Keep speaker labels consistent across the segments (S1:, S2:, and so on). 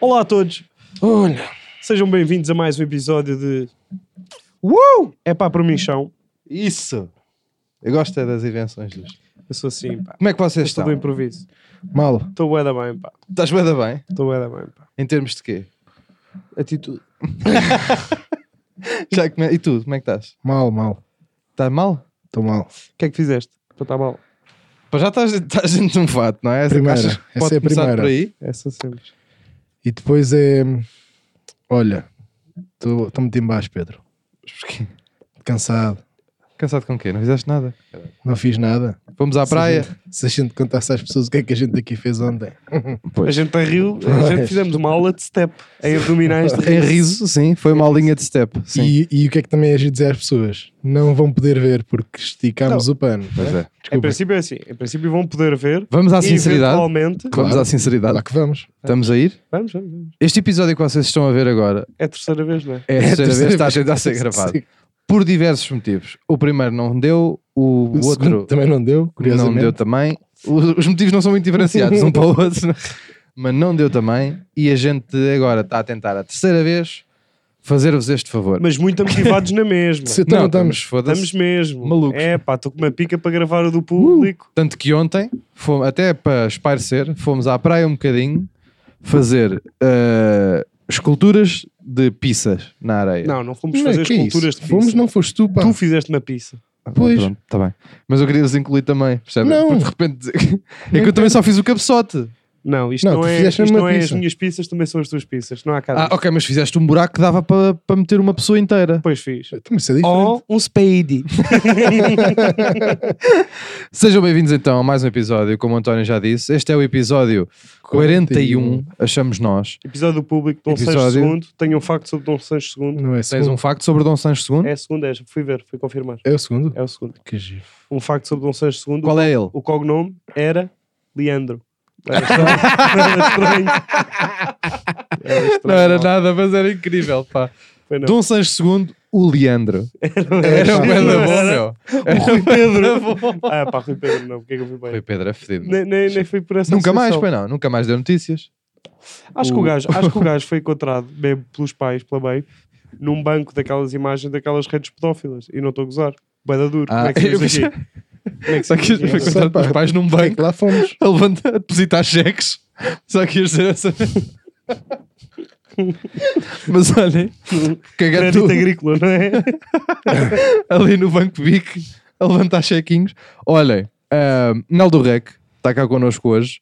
S1: Olá a todos,
S2: Olha.
S1: sejam bem-vindos a mais um episódio de
S2: Uh!
S1: É pá para mim chão.
S2: Isso! Eu gosto é das invenções dos.
S1: Eu sou assim, pá.
S2: Como é que vocês
S1: Estou
S2: estão?
S1: do improviso.
S2: Mal.
S1: Estou bué da bem, pá.
S2: Estás bem, da bem?
S1: Estou bué da bem, pá.
S2: Em termos de quê?
S1: Atitude.
S2: Já que... E tu, como é que estás?
S3: Mal, mal.
S2: Estás mal?
S3: Estou mal.
S1: O que é que fizeste? Para estar mal.
S2: Pá, já estás, estás dentro de um fato, não é? Essa
S3: Primeira.
S2: que achas que
S3: Essa
S2: pode
S3: é a
S2: começar
S3: primeira.
S2: por aí.
S1: É só simples.
S3: E depois é. Olha, estou muito em baixo, Pedro.
S2: Porquê?
S3: Cansado.
S2: Cansado com o quê? Não fizeste nada?
S3: Não fiz nada.
S2: Fomos à
S3: Se a
S2: praia.
S3: gente- Se a gente contasse às pessoas o que é que a gente aqui fez ontem.
S1: A gente a riu, a gente
S3: Pois.
S1: fizemos uma aula de step em abdominais de
S2: Em riso, sim. Foi uma aulinha de step. Sim.
S3: E, e o que é que também é giro dizer às pessoas? Não vão poder ver porque esticámos o pano.
S2: Pois é.
S1: Em
S3: Desculpa.
S1: princípio é assim. Em princípio vão poder ver.
S2: Vamos à
S1: E
S2: sinceridade.
S1: Eventualmente.
S2: Vamos
S3: Claro.
S2: à sinceridade.
S3: Lá que vamos.
S2: Estamos a ir.
S1: Vamos, vamos, vamos.
S2: Este episódio que vocês estão a ver agora
S1: É a terceira vez, não é?
S2: é a terceira vez que está a
S3: vez
S2: agendar a ser
S3: que-
S2: gravado.
S3: Sim.
S2: Por diversos motivos. O primeiro não deu, o,
S3: O
S2: outro
S3: outro também não deu,
S2: não
S3: curiosamente.
S2: deu também. O- Os motivos não são muito diferenciados um para o outro, mas não deu também. E a gente agora está a tentar a terceira vez fazer-vos este favor.
S1: Mas muito motivados na mesma.
S3: Se então não estamos.
S2: foda-se.
S1: Estamos mesmo.
S2: Malucos.
S1: É pá, estou com uma pica para gravar o do público.
S2: Tanto que ontem, fomos, até para esparecer, fomos à praia um bocadinho fazer eh, esculturas de pizzas na areia.
S1: Não, Uh. não fomos
S3: Não é
S1: fazer
S3: que é isso.
S1: esculturas de pizza.
S3: Fomos, não foste tu, pá.
S1: Tu fizeste uma pizza.
S2: Ah,
S3: pois.
S2: pronto, tá bem. Mas eu queria vos incluir também, percebem?
S3: Não.
S2: Porque de repente. é que eu também só fiz o cabeçote.
S1: Não, isto
S3: Não,
S1: não,
S3: tu
S1: é,
S3: fizeste
S1: isto
S3: uma
S1: não é as
S3: pizza.
S1: minhas pizzas, também são as tuas pizzas. Não há cara.
S2: Ah,
S1: disso.
S2: ok, mas fizeste um buraco que dava para para meter uma pessoa inteira.
S1: Pois fiz.
S3: Então, isso é diferente.
S1: Ou um spade.
S2: Sejam bem-vindos então a mais um episódio, como o António já disse. Este é o episódio 41, achamos nós.
S1: Episódio do público, Dom Sancho
S2: Episódio.
S1: II. Tenho um facto sobre Dom Sancho II.
S3: Não é
S2: Tens
S3: segundo.
S2: um facto sobre Dom Sancho II?
S1: É a segunda, é, fui ver, fui confirmar.
S3: É o segundo?
S1: É o segundo.
S3: Que giro.
S1: Um facto sobre Dom Sancho II.
S2: Qual é ele?
S1: O cognome era Leandro. Era estranho. era estranho. Era estranho.
S2: Não era nada, mas era incrível, pá.
S1: Foi não. Ah,
S2: Dom Sancho II, o Leandro. Era um
S3: pá.
S2: bela bom,
S1: assim. Era.
S2: meu.
S1: O Rui Pedro. ah, pá, Rui Pedro não. Porquê que eu fui para
S2: Foi
S1: aí?
S2: Pedro, é fedido.
S1: Nem, nem, nem fui por essa
S2: Nunca mais,
S1: associação.
S2: foi não. Nunca mais deu notícias.
S1: Acho que, o
S2: O-
S1: gajo, acho que o gajo foi encontrado, bebo pelos pais, pela mãe, num banco daquelas imagens daquelas redes pedófilas. E não estou a gozar. Bada duro. Como é que
S2: Ah, eu
S1: se diz aqui?
S2: Só que foi
S3: Só
S2: encontrado
S3: pá.
S2: pelos pais num
S3: É
S2: banco.
S3: que lá fomos.
S2: a levantar, a depositar cheques. Só que ias dizer essa. Mas olhem,
S1: Crédito
S2: cagando
S1: agrícola, não é?
S2: ali no Banco Bic a levantar chequinhos. Olhem, uh, Nel do Rec está cá connosco hoje.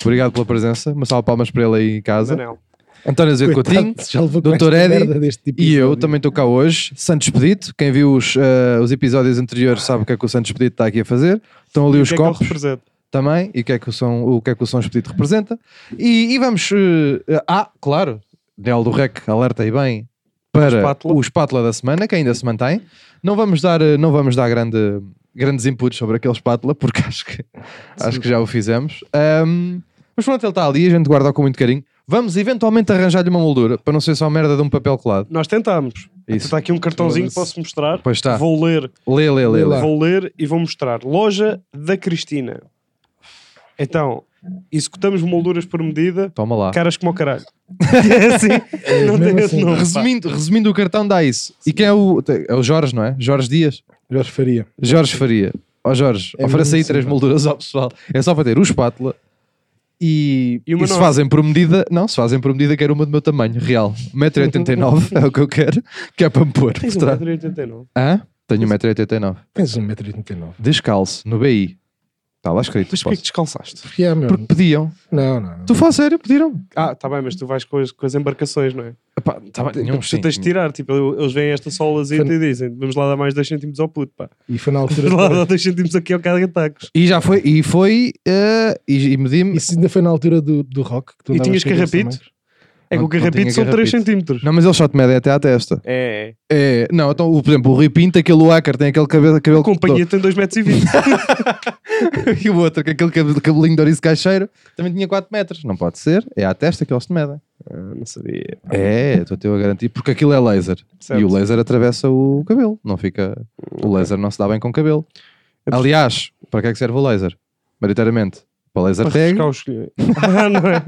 S2: Obrigado pela presença. Uma salva de palmas para ele aí em casa.
S1: Não, é não.
S2: António Azevedo Coutinho.
S3: Coitado, já levou com
S2: Dr.
S3: esta
S2: Eddie
S3: merda deste tipo
S2: E eu
S3: episódio.
S2: também estou cá hoje, Santos Pedito. Quem viu os, eh, os episódios anteriores sabe o que é que o Santos Pedito está aqui a fazer. Estão ali
S1: E o
S2: os
S1: que é que ele
S2: copos.
S1: representa?
S2: também e o que é que o som, o que é que o som expedito representa. E, e vamos. eh, eh, ah, claro, Del do Rec alerta aí bem para
S1: Espátula.
S2: o espátula da semana, que ainda se mantém. Não vamos dar, eh, não vamos dar grande, grandes inputs sobre aquele espátula, porque acho que, acho que já o fizemos. Ahm, mas pronto, ele está ali, a gente guarda com muito carinho. Vamos eventualmente arranjar-lhe uma moldura, para não ser só merda de um papel colado.
S1: Nós tentámos.
S2: Isso.
S1: Está aqui um cartãozinho que
S3: Foda-se.
S1: posso mostrar.
S2: Pois está. Tá.
S1: Vou ler,
S2: Lê, lê, lê.
S3: Lê lá.
S2: lê.
S1: vou ler e vou mostrar. Loja da Cristina. Então, executamos molduras por medida,
S2: Toma lá.
S1: caras como o caralho. É assim, não tem
S3: mesmo
S1: esse
S3: assim.
S1: nome. pá.
S2: Resumindo, resumindo, o cartão dá isso. E quem é o. É o Jorge, não é? Jorge Dias.
S3: Jorge Faria.
S2: Jorge Faria. Ó Jorge,
S3: É
S2: oferece aí
S3: muito
S2: três
S3: simpático.
S2: molduras ao pessoal. É só para ter o espátula e,
S1: E uma
S2: e se
S1: nova.
S2: fazem por medida. Não, se fazem por medida, quero uma do meu tamanho, real. 1,89m é o que eu quero, que é para me pôr.
S1: Tens
S2: por trás.
S1: 1,89m.
S2: Hã? Tenho 1,89m.
S3: Tens 1,89m.
S2: Descalço, no BI. Está lá escrito.
S1: Mas porquê que
S2: posso.
S1: descalçaste?
S3: Porque é, meu.
S2: Porque pediam.
S3: Não, não.
S2: Tu fala sério, pediram.
S1: Ah, tá bem, mas tu vais com as, com as embarcações, não é?
S2: Epá, tá bem, tinha uns
S1: tu
S2: sim.
S1: tens de tirar, tipo, eles veem esta solazita
S3: Foi-
S1: e dizem, vamos lá dar mais 2 cêntimos ao puto, pá.
S3: E foi na altura.
S1: Vamos lá dar 2 cêntimos aqui ao carga tacos.
S2: E já foi, e foi, eh, e, e medi-me.
S3: Isso ainda foi na altura do, do rock. Que tu
S1: E
S3: andavas
S1: tinhas
S3: com aqueles
S1: carrapito?
S3: tamanhos.
S1: É que
S2: Não-
S1: o carrapito
S2: não tinha
S1: são 3
S2: carrapito.
S1: centímetros.
S2: Não, mas eles só te medem até à testa.
S1: É, é.
S2: É, não, então, o- por exemplo, o Rui Pinto, aquele do Ácar, tem aquele cabelo. cabelo
S1: A companhia tem 2,20 metros. e vinte.
S2: E o outro, com aquele cabe- cabelinho de ouriço caixeiro, também tinha 4 metros. Não pode ser, é à testa que eles te medem.
S1: Ah, não sabia.
S2: É, estou a garantir, porque aquilo é laser.
S1: Certo.
S2: E o laser atravessa o cabelo, não fica... O laser não se dá bem com o cabelo.
S1: Eu perce-
S2: Aliás, para que é que serve o laser? Maritariamente, para laser
S1: Para
S2: tag,
S1: refrescar o escolhido. Ah, não é?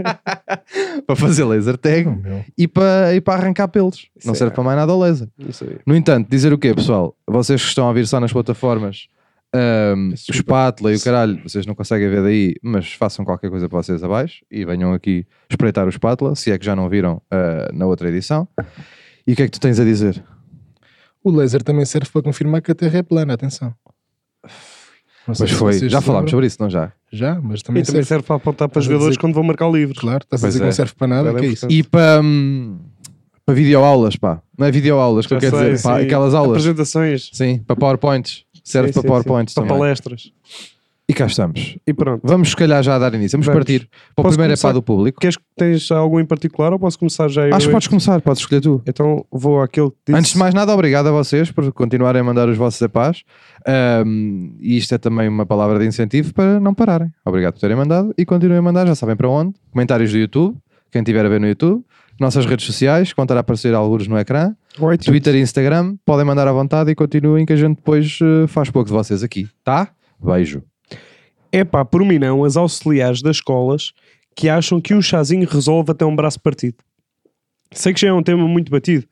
S2: para fazer laser tag
S3: Oh, meu.
S2: e para, e para arrancar pelos.
S1: Isso
S2: não
S1: é.
S2: serve para mais nada o laser.
S1: Não sei.
S2: No entanto, dizer o quê, pessoal? Vocês que estão a vir só nas plataformas, ahm, o
S1: Desculpa.
S2: espátula e o caralho, vocês não conseguem ver daí, mas façam qualquer coisa para vocês abaixo e venham aqui espreitar o espátula, se é que já não viram ah, na outra edição. E o que é que tu tens a dizer?
S3: O laser também serve para confirmar que a Terra é plana, atenção. Não sei
S2: Pois
S3: se
S2: foi,
S3: vocês
S2: já
S3: se lembram.
S2: falámos sobre isso, não já?
S3: Já, mas também
S1: E também
S2: é-
S3: serve.
S1: serve para apontar para
S3: Estás a
S1: jogadores
S3: dizer-
S1: quando vão marcar livros.
S3: Claro, estás a
S2: Pois
S3: dizer que
S2: é.
S3: não serve para nada,
S1: Ela é
S3: que é isso.
S1: importante.
S2: E para, hum, para videoaulas, pá. Não é videoaulas que
S1: Já
S2: eu quero
S1: sei,
S2: dizer, pá,
S1: sim.
S2: aquelas aulas.
S1: Apresentações.
S2: Sim, para PowerPoints. Serve
S1: Sim,
S2: para
S1: sim,
S2: PowerPoints
S1: sim. Para
S2: também.
S1: palestras.
S2: E cá estamos.
S1: E pronto.
S2: Vamos, se calhar, já dar início. Vamos,
S1: Vamos.
S2: partir para o
S1: Posso
S2: primeiro é
S1: começar?
S2: para do público.
S1: Queres que tens algum em particular ou posso começar já eu?
S2: Acho que podes começar, podes escolher tu.
S1: Então vou àquele que disse.
S2: Antes de mais nada, obrigado a vocês por continuarem a mandar os vossos apás. Ahm, e isto é também uma palavra de incentivo para não pararem. Obrigado por terem mandado e continuem a mandar, já sabem para onde. Comentários do YouTube, quem estiver a ver no YouTube. Nossas redes sociais, que vão estar a aparecer alguns no ecrã.
S1: Oi, tu.
S2: Twitter e Instagram, podem mandar à vontade e continuem que a gente depois eh, faz pouco de vocês aqui, tá? Beijo.
S1: É pá, por mim não, as auxiliares das escolas que acham que um chazinho resolve até um braço partido. Sei que já é um tema muito batido,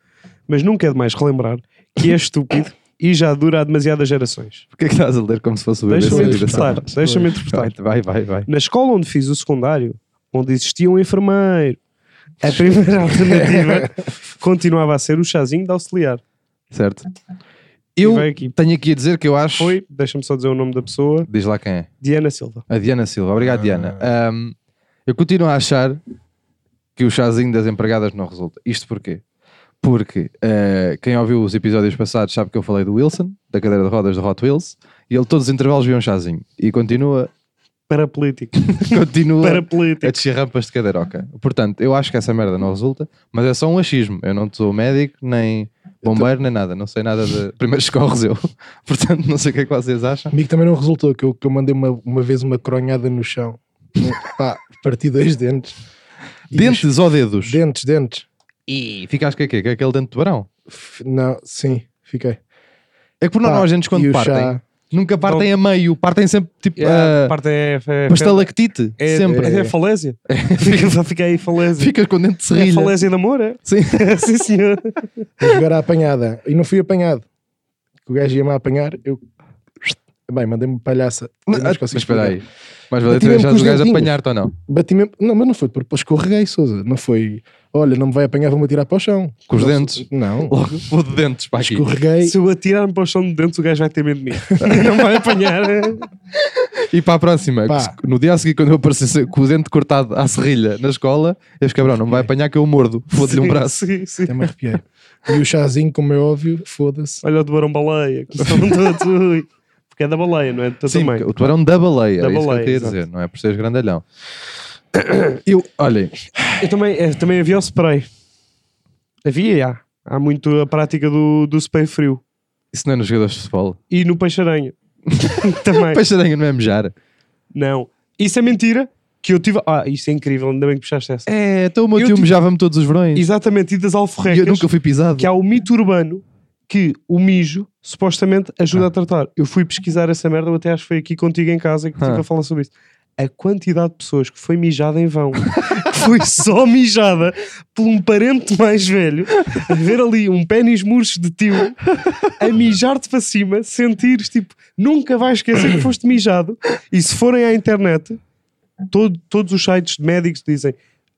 S1: mas nunca é demais relembrar que é estúpido e já dura há demasiadas gerações.
S2: Porquê que estás a ler como se fosse o bebê
S1: Deixa-me
S2: sem
S1: interpretar,
S2: ligação?
S1: deixa-me interpretar.
S2: Vai, vai, vai.
S1: Na escola onde fiz o secundário, onde existia um enfermeiro, a primeira alternativa continuava a ser o chazinho de auxiliar.
S2: Certo.
S1: E
S2: Eu
S1: vai aqui.
S2: tenho aqui a dizer que eu acho...
S1: Foi, deixa-me só dizer o nome da pessoa,
S2: Diz lá quem é.
S1: Diana Silva.
S2: A Diana Silva, obrigado,
S3: Ah.
S2: Diana. Ahm, eu continuo a achar que o chazinho das empregadas não resulta. Isto porquê? Porque ah, quem ouviu os episódios passados sabe que eu falei do Wilson, da cadeira de rodas do Hot Wheels, e ele todos os intervalos viu um chazinho. E continua,
S1: Parapolítico.
S2: continua a
S1: Parapolítico.
S2: descer rampas de cadeiroca. Portanto, eu acho que essa merda não resulta, mas é só um achismo. Eu não sou médico, nem bombeiro, nem nada. Não sei nada de primeiros socorros eu. Portanto, não sei o que é que vocês acham.
S3: Comigo também não resultou, que eu, que eu mandei uma, uma vez uma coronhada no chão. Pá, parti dois dentes. E
S2: Dentes ou
S3: os-
S2: dedos?
S3: Dentes, dentes.
S2: E ficaste com o quê? Com é aquele dente de barão?
S3: F- Não, sim, fiquei.
S2: É que por norma
S3: Pá,
S2: os dentes
S3: e
S2: quando
S3: o
S2: partem,
S3: chá-
S2: nunca partem a meio, partem sempre tipo
S1: Yeah,
S2: a
S1: a parte é, é,
S2: pastalactite,
S1: é,
S2: sempre.
S1: é, é falésia. Fica, só fica aí falésia.
S2: Ficas com dente de
S1: É
S2: serrilha.
S1: falésia de amor, é?
S2: Sim.
S1: Sim, senhor.
S3: Vou jogar à apanhada. E não fui apanhado. O gajo ia-me a apanhar, eu. Bem, mandei-me palhaça. Eu não
S2: Mas
S3: consegui
S2: espera aí. Mas
S3: Eu
S2: valeu ter
S3: tive-me
S2: deixado
S3: com
S2: os
S3: os
S2: gajos
S3: dentinhos.
S2: apanhar-te ou não?
S3: Bati mesmo. Não, mas não foi por escorreguei, Souza. Não foi. Olha, não me vai apanhar, vou-me atirar para o chão.
S2: Com os
S3: Não,
S2: dentes?
S3: Não.
S2: Logo vou de dentes para aqui.
S3: Escorreguei.
S1: Se eu atirar-me para o chão de dentro, o gajo vai ter medo de mim. Não vai apanhar.
S2: E para a próxima,
S3: Pá.
S2: se- no dia a seguir, quando eu aparecer com o dente cortado à serrilha na escola, este cabrão não me vai apanhar que eu o mordo. Vou-lhe um
S1: Sim,
S2: braço.
S1: Sim, sim.
S3: Até me arrepiei. E o chazinho, como é óbvio, foda-se.
S1: Olha o de barão baleia. que são todos, ui. Porque é da baleia, não é? Do teu
S2: Sim,
S1: tamanho.
S2: o tubarão da baleia,
S1: Da
S2: é isso que eu
S1: baleia,
S2: queria
S1: exato.
S2: dizer, não é por seres grandalhão. Eu, olhem,
S1: Eu também, é, também havia o spray. Havia, e há. Há muito a prática do, do spray frio.
S2: isso não é nos jogadores de futebol.
S1: E no peixe-aranha. também.
S2: Peixe-aranha não é mejar.
S1: Não. Isso é mentira. Que eu tive... Ah, isso é incrível. Ainda bem que puxaste essa.
S2: É, então o meu
S1: Eu
S2: tio
S1: tive-
S2: mejava-me todos os verões.
S1: Exatamente. E das
S2: E eu
S1: alforrecas.
S2: nunca fui pisado.
S1: que há o mito urbano que o mijo supostamente ajuda a tratar. Eu fui pesquisar essa merda, eu até acho que foi aqui contigo em casa que estive
S2: Ah.
S1: a falar sobre isso. A quantidade de pessoas que foi mijada em vão, que foi só mijada por um parente mais velho, a ver ali um pênis murcho de tio, a mijar-te para cima, sentires tipo, nunca vais esquecer que foste mijado. E se forem à internet, todo- todos os sites de médicos dizem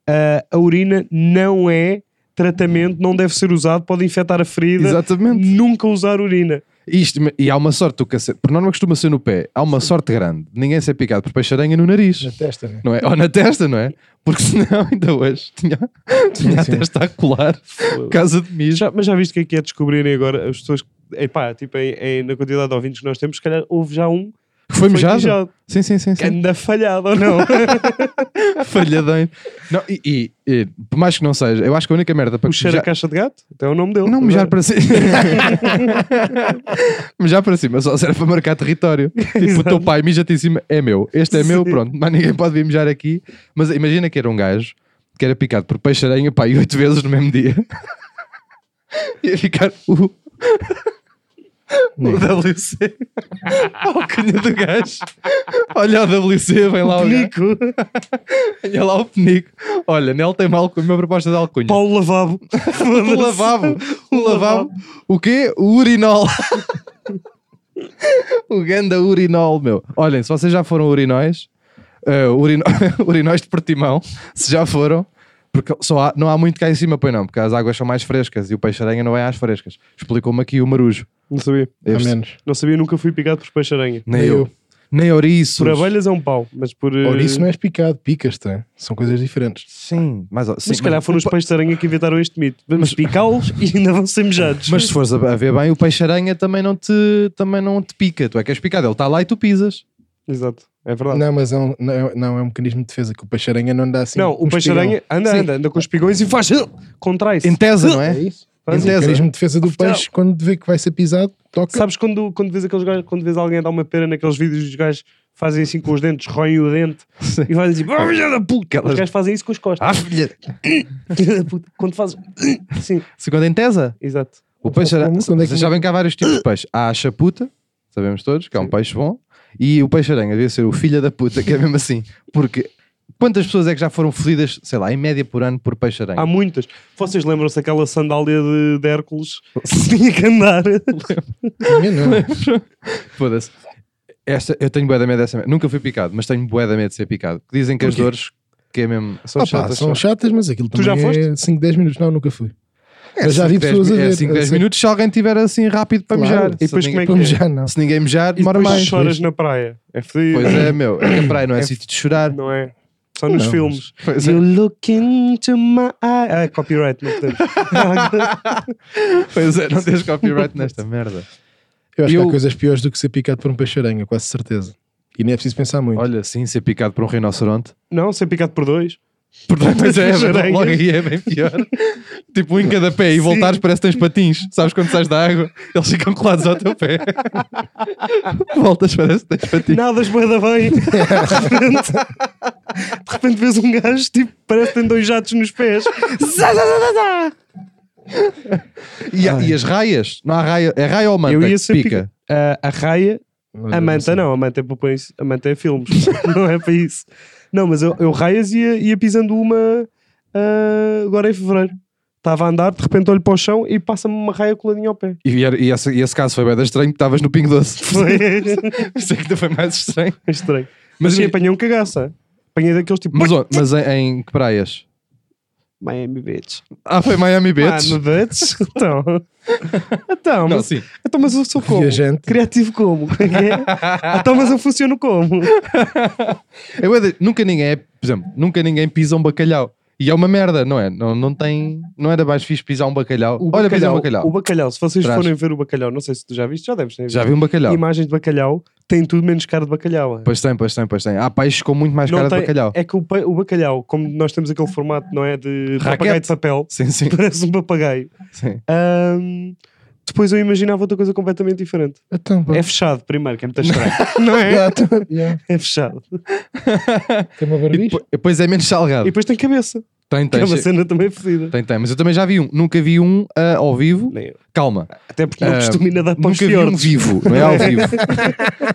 S1: "Ah, a urina não é tratamento, não deve ser usado, pode infectar a ferida.
S2: Exatamente.
S1: Nunca usar urina.
S2: Isto, e há uma sorte do cacete. Por norma costuma ser no pé. Há uma sorte grande. de Ninguém ser picado por peixe-aranha no nariz.
S3: Na testa, né?
S2: Não é? Ou na testa, não é? Porque senão, ainda hoje, tinha, tinha a
S3: sim.
S2: testa a colar por causa de mijo.
S1: Já- mas já viste o que é que é descobrirem agora as pessoas. Epá, tipo, em- em- na quantidade de ouvintes que nós temos, se calhar houve já um que
S2: Foi mijado? Sim, sim, sim.
S1: Que
S2: sim.
S1: anda falhado ou não?
S2: Falhadão. Não, e, e- e, por mais que não seja, eu acho que a única merda para que
S1: Puxar
S2: já-
S1: a caixa de gato? Até é o nome dele.
S2: Não, mijar para cima. mijar para cima, só serve para marcar território. Tipo, o teu pai mija-te em cima, é meu. Este é meu,
S1: Sim.
S2: pronto. Mas ninguém pode vir mijar aqui. Mas imagina que era um gajo que era picado por peixe-aranha, pá, e oito vezes no mesmo dia. Ia ficar. Uh. O WC. Olha o cunha do gajo. Olha o WC, vem lá o, gajo.
S1: Nico,
S2: Olha lá o penico. Olha, Nel tem mal com a minha proposta de alcunha.
S1: para o lavabo. Um
S2: O lavabo. O Um lavabo. O quê? O urinol. o ganda urinol, meu. Olhem, se vocês já foram a urinóis, eh, urino- urinóis de Portimão, se já foram, porque só há- não há muito cá em cima, pois não, porque as águas são mais frescas e o peixe-aranha não é às frescas. Explicou-me aqui o marujo.
S1: Não sabia.
S3: A
S2: Este-
S3: menos.
S1: Não sabia, nunca fui picado por peixe-aranha.
S2: Nem
S3: Nem
S2: eu.
S3: eu.
S2: Nem ouriços.
S1: Por abelhas é um pau, mas por. eh,
S3: Ou isso não é- és picado, picas-te. hein? São coisas diferentes.
S2: Sim, mas, sim,
S1: mas se calhar foram os peixes-aranha que inventaram este mito. Vamos picá-los e ainda vão ser mejados.
S2: Mas se fores a a ver bem, o peixe-aranha também não te, também não te pica. Tu é que és picado, ele está lá e tu pisas.
S1: Exato, é verdade.
S3: Não, mas é um, não, é- não, é um mecanismo de defesa que o peixe-aranha não dá assim.
S1: Não, o
S3: um
S1: peixe-aranha anda,
S2: Sim.
S1: anda, anda com os pigões e faz. uh, Contrai-se.
S2: Entesa, não
S3: espigão.
S2: é?
S3: É isso?
S2: Em
S3: É um
S2: tese.
S3: mecanismo de defesa
S2: Então,
S3: do peixe quando vê que vai ser pisado, toca.
S1: Sabes quando, quando vês aqueles gajos, quando vês alguém dar uma pera naqueles vídeos dos gajos fazem assim com os dentes, roem o dente
S2: Sim.
S1: e fazem assim, "Ah, filha da puta!
S2: Aquelas-
S1: Os gajos fazem isso com as costas.
S2: Ah, filha!
S1: Filha da puta. quando fazes. Sim,
S2: Segunda entesa.
S1: exato.
S2: é O peixe
S3: Como-
S2: aranha.
S3: quando é que
S2: Vocês sabem que há vários tipos de peixe. Há a chaputa, sabemos todos, que é um peixe bom. E o peixe aranha devia ser o filho da puta, que é mesmo assim. Porque quantas pessoas é que já foram fodidas, sei lá, em média por ano por peixe aranha?
S1: Há muitas. Vocês lembram-se daquela sandália de, de Hércules que tinha que andar?
S3: Minha não. é?
S2: Foda-se. Esta, eu tenho bué da medo dessa merda. Nunca fui picado, mas tenho bué da medo de ser picado. Dizem que as
S3: Porquê?
S2: dores que é mesmo.
S1: São
S3: Ah pá,
S1: chatas.
S3: são chatas, mas aquilo
S1: Tu
S3: também
S1: já
S3: é 5, 10 minutos. Não, nunca fui. mas já vi
S2: Dez
S3: pessoas
S2: mi-
S3: a ver.
S2: É 5, 10
S3: assim,
S2: minutos é se alguém tiver assim rápido para
S3: Claro.
S2: mijar.
S3: E
S2: Se
S1: depois
S2: ninguém-
S1: como é
S3: Como já não.
S2: Se ninguém mijar,
S1: E
S2: demora
S1: depois
S2: mais.
S1: choras na praia. É fedido.
S2: Pois é, meu. É que a praia não é,
S1: É-
S2: sítio de chorar.
S1: Não é? Só nos
S3: Não,
S1: filmes.
S2: Pois é.
S1: You look into my eye. Ah, copyright, não podemos.
S2: Pois é, não tens copyright nesta merda.
S3: Eu acho
S2: Eu-
S3: que há coisas piores do que ser picado por um peixe-aranha, quase certeza. E nem é preciso pensar muito.
S2: Olha, sim, ser picado por um rinoceronte.
S1: não, ser picado por dois.
S2: Portanto, pois é,
S1: Aranhas.
S2: logo aí é bem pior. tipo, um em cada pé e voltares parece que tens patins. Sabes quando sais da água? Eles ficam colados ao teu pé. Voltas, parece que tens patins.
S1: Nadas boeda bem. De repente, de repente vês um gajo, tipo, parece que tem dois jatos nos pés. Zá, zá, zá, zá, zá.
S2: E, há- e as raias? Não há raia. É raia ou manta?
S1: Eu ia
S2: que
S1: ser
S2: pica.
S1: pica- Ah, a raia,
S3: Olha,
S1: a manta não, a manta é para pôr em- a manta é filmes, não é para isso. Não, mas eu, eu raias ia, ia pisando uma ah, agora em fevereiro. Estava a andar, de repente olho para o chão e passa-me uma raia coladinha ao pé.
S2: E, era- e esse, e esse caso foi bem estranho, porque estavas no Pingo Doce.
S1: Foi
S2: Isso é que foi mais estranho.
S1: É estranho. Mas
S2: Mas,
S1: sim, apanhei um cagaço. ah. Apanhei daqueles tipo
S2: mas, onde- mas em, em que praias?
S1: Miami Beach.
S2: Ah, foi Miami Beach. assim?
S1: Miami Beach? Então, então,
S2: não,
S1: mas,
S2: sim.
S1: então, mas eu sou como?
S3: Viajante.
S1: Criativo como? Como é que é? então, mas eu funciono como?
S2: Eu, nunca ninguém é, por exemplo, nunca ninguém pisa um bacalhau. E é uma merda, não é? Não, não tem. Não era mais fixe pisar um bacalhau. Olha, pisa um bacalhau.
S1: O bacalhau, se vocês
S2: Traz.
S1: forem ver o bacalhau, não sei se tu já viste, já deves ter
S2: Já
S1: visto.
S2: vi um bacalhau.
S1: Imagens de bacalhau têm tudo menos cara de bacalhau. é.
S2: Pois tem, pois tem, pois tem. Ah, Há peixes com muito mais
S1: Não
S2: cara
S1: tem-
S2: de bacalhau.
S1: É que o, pa- o bacalhau, como nós temos aquele formato, não é? De
S2: Raquete.
S1: papagaio de papel,
S2: Sim, sim,
S1: parece um papagaio.
S2: sim.
S1: é Ahm, depois eu imaginava outra coisa completamente diferente.
S3: Então, pá.
S1: É fechado, primeiro, que é muito estranho. não é?
S3: Yeah, então- yeah.
S1: É
S2: Tá
S1: fechado.
S3: Tem uma
S2: E
S3: barbicha.
S2: depois, depois é menos
S1: E
S2: salgado.
S1: depois tem cabeça,
S2: Tem,
S1: que
S2: tem,
S1: é uma
S2: sim.
S1: cena também fedida.
S2: tem, tem. Mas eu também já vi um. Nunca vi um ah, ao vivo.
S1: Nem eu.
S2: Calma.
S1: Até porque não
S2: Ah,
S1: costumo É ainda dar para os
S2: Nunca vi um
S1: fiordes.
S2: vivo, não é ao vivo.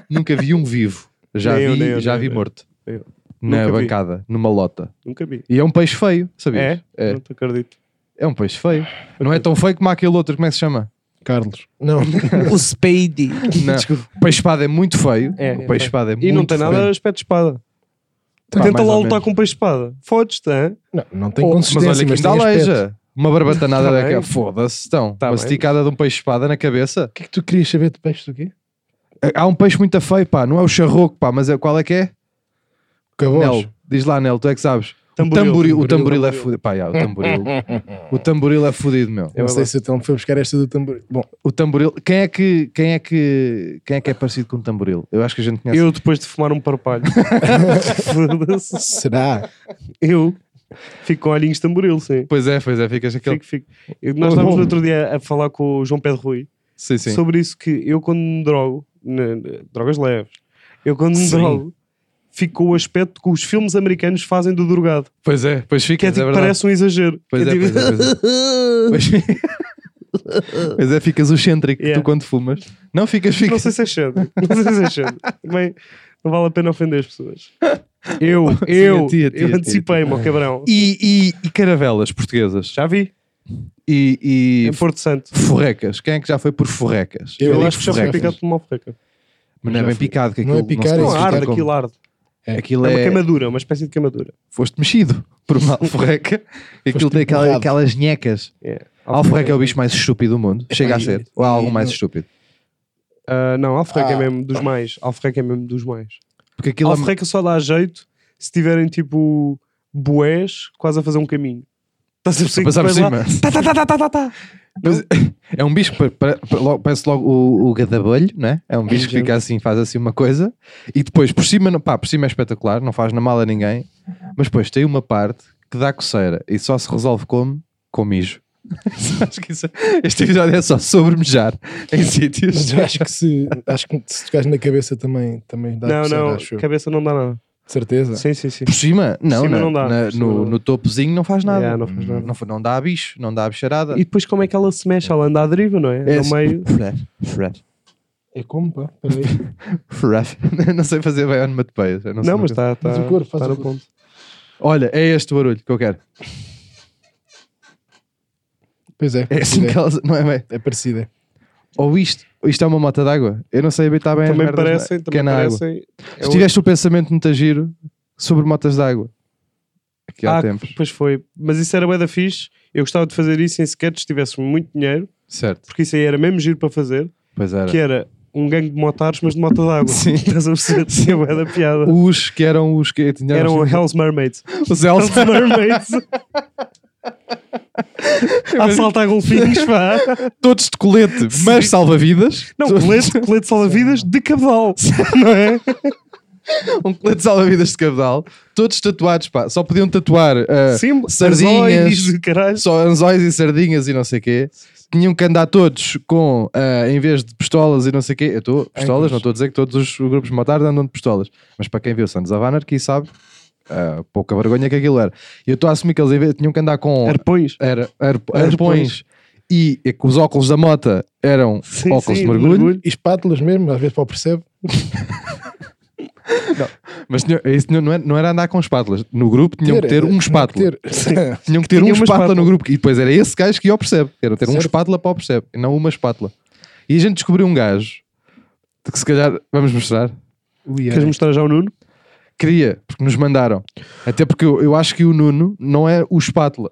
S2: Nunca vi um vivo. Já
S1: Nem eu,
S2: vi,
S1: nem eu,
S2: já
S1: nem
S2: vi
S1: eu.
S2: morto.
S1: Eu.
S2: Na
S1: Nunca vi.
S2: bancada, numa lota.
S1: Nunca vi.
S2: E é um peixe feio, sabias?
S1: É?
S2: É.
S1: Não te acredito.
S2: É um peixe feio. Não é tão feio como aquele outro, como é que se chama?
S3: Carlos. Não,
S1: O Spady.
S2: Não.
S1: Desculpa.
S2: O peixe-espada é muito feio.
S1: É,
S2: o
S1: é
S2: peixe-espada é muito
S1: E não tem
S2: feio.
S1: nada a aspecto de espada.
S2: Pá,
S1: Tenta
S2: mais
S1: lá
S2: ou
S1: lutar
S2: menos.
S1: com um peixe de espada. Fodes-te, hã?
S3: não, não tem
S1: Oh,
S2: Mas
S3: consistência,
S2: olha, que
S3: mas,
S2: ainda
S3: tem aspecto.
S2: aleija. Uma barbatanada
S1: Tá bem.
S2: daquela. Foda-se, estão.
S1: Tá
S2: uma
S1: bem.
S2: esticada de um peixe-espada na cabeça.
S3: O que é que tu querias saber de peixe do quê?
S2: Há um peixe muito feio, pá. Não é o charroco, pá. Mas é, qual é que é?
S3: Cavos.
S2: Nel. Diz lá, Nel. Tu é que sabes.
S1: Tamboril.
S2: o tamboril, o tamboril é
S1: Tamboril.
S2: fudido. Pá, já, o tamboril. o tamboril é fudido, meu.
S1: É
S3: Eu não sei
S1: verdade.
S3: se o Telmo foi buscar esta do tambor. Bom,
S2: O tamboril. Quem é que, quem é que, quem é, que é parecido com o tamboril? Eu acho que a gente conhece.
S1: Eu depois de fumar um parpalho. Foda-se.
S3: será?
S1: Eu fico com olhinhos de tamboril, sim.
S2: Pois é, pois é. Ficas aquele.
S1: Fico, fico. Eu- Nós estávamos no outro dia a falar com o João Pedro Rui
S2: Sim, sim.
S1: sobre isso que eu quando me drogo, na- na- drogas leves, eu quando me
S2: Sim.
S1: drogo, fico com o aspecto que os filmes americanos fazem do drogado.
S2: Pois é, pois
S1: Que
S2: fica.
S1: é
S2: é
S1: tipo,
S2: verdade.
S1: parece um exagero.
S2: Pois é,
S1: tipo,
S2: pois é, pois é. Pois- Mas é, ficas o centric
S1: Yeah.
S2: tu quando fumas. Não ficas, ficas.
S1: Não sei se é cedo. Não sei se é cedo. Também não vale a pena ofender as pessoas. Eu,
S2: a ti, a ti, a ti,
S1: eu
S2: a ti.
S1: antecipei-me, ó cabrão.
S2: E, e- e caravelas portuguesas.
S1: Já vi.
S2: E, e
S1: Em Porto Santo.
S2: forrecas. Quem é que já foi por forrecas?
S3: Eu
S1: Eu
S2: digo
S1: acho que já foi
S2: forrecas.
S1: picado por uma alforreca.
S2: Mas não é
S3: Já
S2: bem
S3: fui.
S2: picado. Que
S3: Não
S2: aquilo
S3: é picar,
S2: se
S3: é
S1: Não,
S2: classifica
S1: arde,
S2: como-
S1: aquilo arde.
S2: Aquilo
S1: É
S2: é,
S1: uma queimadura, uma espécie de queimadura.
S2: Foste mexido por uma alforreca. E aquilo
S3: Foste
S2: tem aquela-
S3: empurrado.
S2: aquelas nhecas. A alforreca é o bicho mais estúpido do mundo. Chega a
S3: e-
S1: é-
S2: ser. Ou há algo
S3: e
S2: mais
S3: não-
S2: estúpido.
S1: Ah, não, alforreca é
S3: Ah.
S1: mesmo dos mais. Alforreca é mesmo dos mais.
S2: Porque aquilo é-
S1: Alforreca só dá jeito se tiverem tipo boés quase a fazer um caminho. Estás a perceber?
S2: Passar por
S1: que depois lá-
S2: cima.
S1: Tá, tá, tá, tá, tá, tá, tá.
S2: É um bicho, que pa- pa- logo- parece logo o, o gadabolho, né? É um bicho que
S1: Sim.
S2: fica assim, faz assim uma coisa e depois por cima, não- pá, por cima é espetacular, não faz na mala a ninguém,
S1: Uhum.
S2: mas depois tem uma parte que dá coceira e só se resolve como? Com mijo. Acho que isso- este episódio é só sobre mijar em sítios.
S3: Mas eu acho que se, acho que se tocares na cabeça também, também dá
S1: Não,
S3: coceira,
S1: não,
S3: acho eu.
S1: cabeça não dá nada.
S3: Certeza.
S1: Sim, sim, sim.
S2: Por cima? Não,
S1: cima
S2: na-
S1: não dá,
S2: na-
S1: por cima não
S2: no,
S1: dá.
S2: no topozinho não faz nada.
S1: Yeah, não
S3: Hum.
S1: faz nada.
S2: Não, fa- não dá a bicho, não dá a bicharada.
S1: E depois como é que ela se mexe? Ela anda à deriva, não é?
S2: É
S1: no
S2: assim,
S1: meio.
S2: Fred, Fred,
S3: É como, pá? Peraí.
S2: Fred. Não sei fazer bem onomatopeias. eu Não, sei
S1: Não, mas
S2: nunca-
S1: está tá,
S3: Faz o corpo, faz
S1: tá
S3: o
S1: no
S3: corpo.
S1: ponto.
S2: Olha, é este o barulho que eu quero.
S3: Pois é.
S2: É assim
S3: é.
S2: que elas. Não é bem?
S3: É parecida.
S2: Ou isto, isto é uma mota d'água. Eu não sei habitar bem as
S1: Também
S2: merdas
S1: parecem,
S2: na- que é
S1: também
S2: na água.
S1: parecem. é
S2: Se
S1: o-
S2: tiveste o pensamento muito giro sobre motas d'água. Aqui há
S1: Ah,
S2: tempos.
S1: Pois foi. Mas isso era bué da fixe. Eu gostava de fazer isso em sketch se tivesse muito dinheiro,
S2: Certo.
S1: porque isso aí era mesmo giro para fazer,
S2: Pois era.
S1: que era um gangue de motards, mas de moto d'água.
S2: Sim.
S1: Estás a perceber? Isso é bué da piada.
S2: Os que eram os que tinham
S1: Eram
S2: os,
S1: Hell's Mermaids.
S2: os Hells.
S1: Hells Mermaids. a Assaltar golfinhos, pá.
S2: todos de colete, mas salva-vidas.
S1: Não,
S2: Todos-
S1: colete, colete salva-vidas de cabedal. Não é?
S2: Um colete de salva-vidas de cabedal. Todos tatuados, pá. Só podiam tatuar ah,
S1: Sim,
S2: sardinhas.
S1: arzóis de caralho.
S2: só anzóis e sardinhas e não sei o quê. Tinham que andar todos com, ah, em vez de pistolas e não sei o quê, eu estou, pistolas,
S3: Âncoras.
S2: não estou a dizer que todos os grupos de motards andam de pistolas, mas para quem viu Sons of Anarchy sabe, ah, pouca vergonha que aquilo era. E eu estou a assumir que eles em vez- tinham que andar com
S1: Arpões.
S2: era, arp-
S1: Arpões.
S2: arpões e, e que os óculos da mota eram
S1: Sim,
S2: óculos
S1: sim,
S2: de mergulho,
S3: E espátulas mesmo, às vezes para o percebe.
S2: mas tinham- isso não, não era, não era andar com espátulas, no grupo tinham que ter
S3: Tinha
S2: um espátula.
S3: que ter.
S2: Tinham que ter
S1: Tinha
S2: um
S1: uma
S2: espátula,
S1: espátula.
S2: no grupo. E depois era esse gajo que ia ao percebe. Era ter um
S3: Certo.
S2: espátula para o percebe, e não uma espátula. E a gente descobriu um gajo de que se calhar vamos mostrar.
S3: Ui,
S1: Queres
S3: é.
S1: mostrar já o Nuno?
S2: Queria, porque nos mandaram. Até porque eu, eu acho que o Nuno não é o espátula.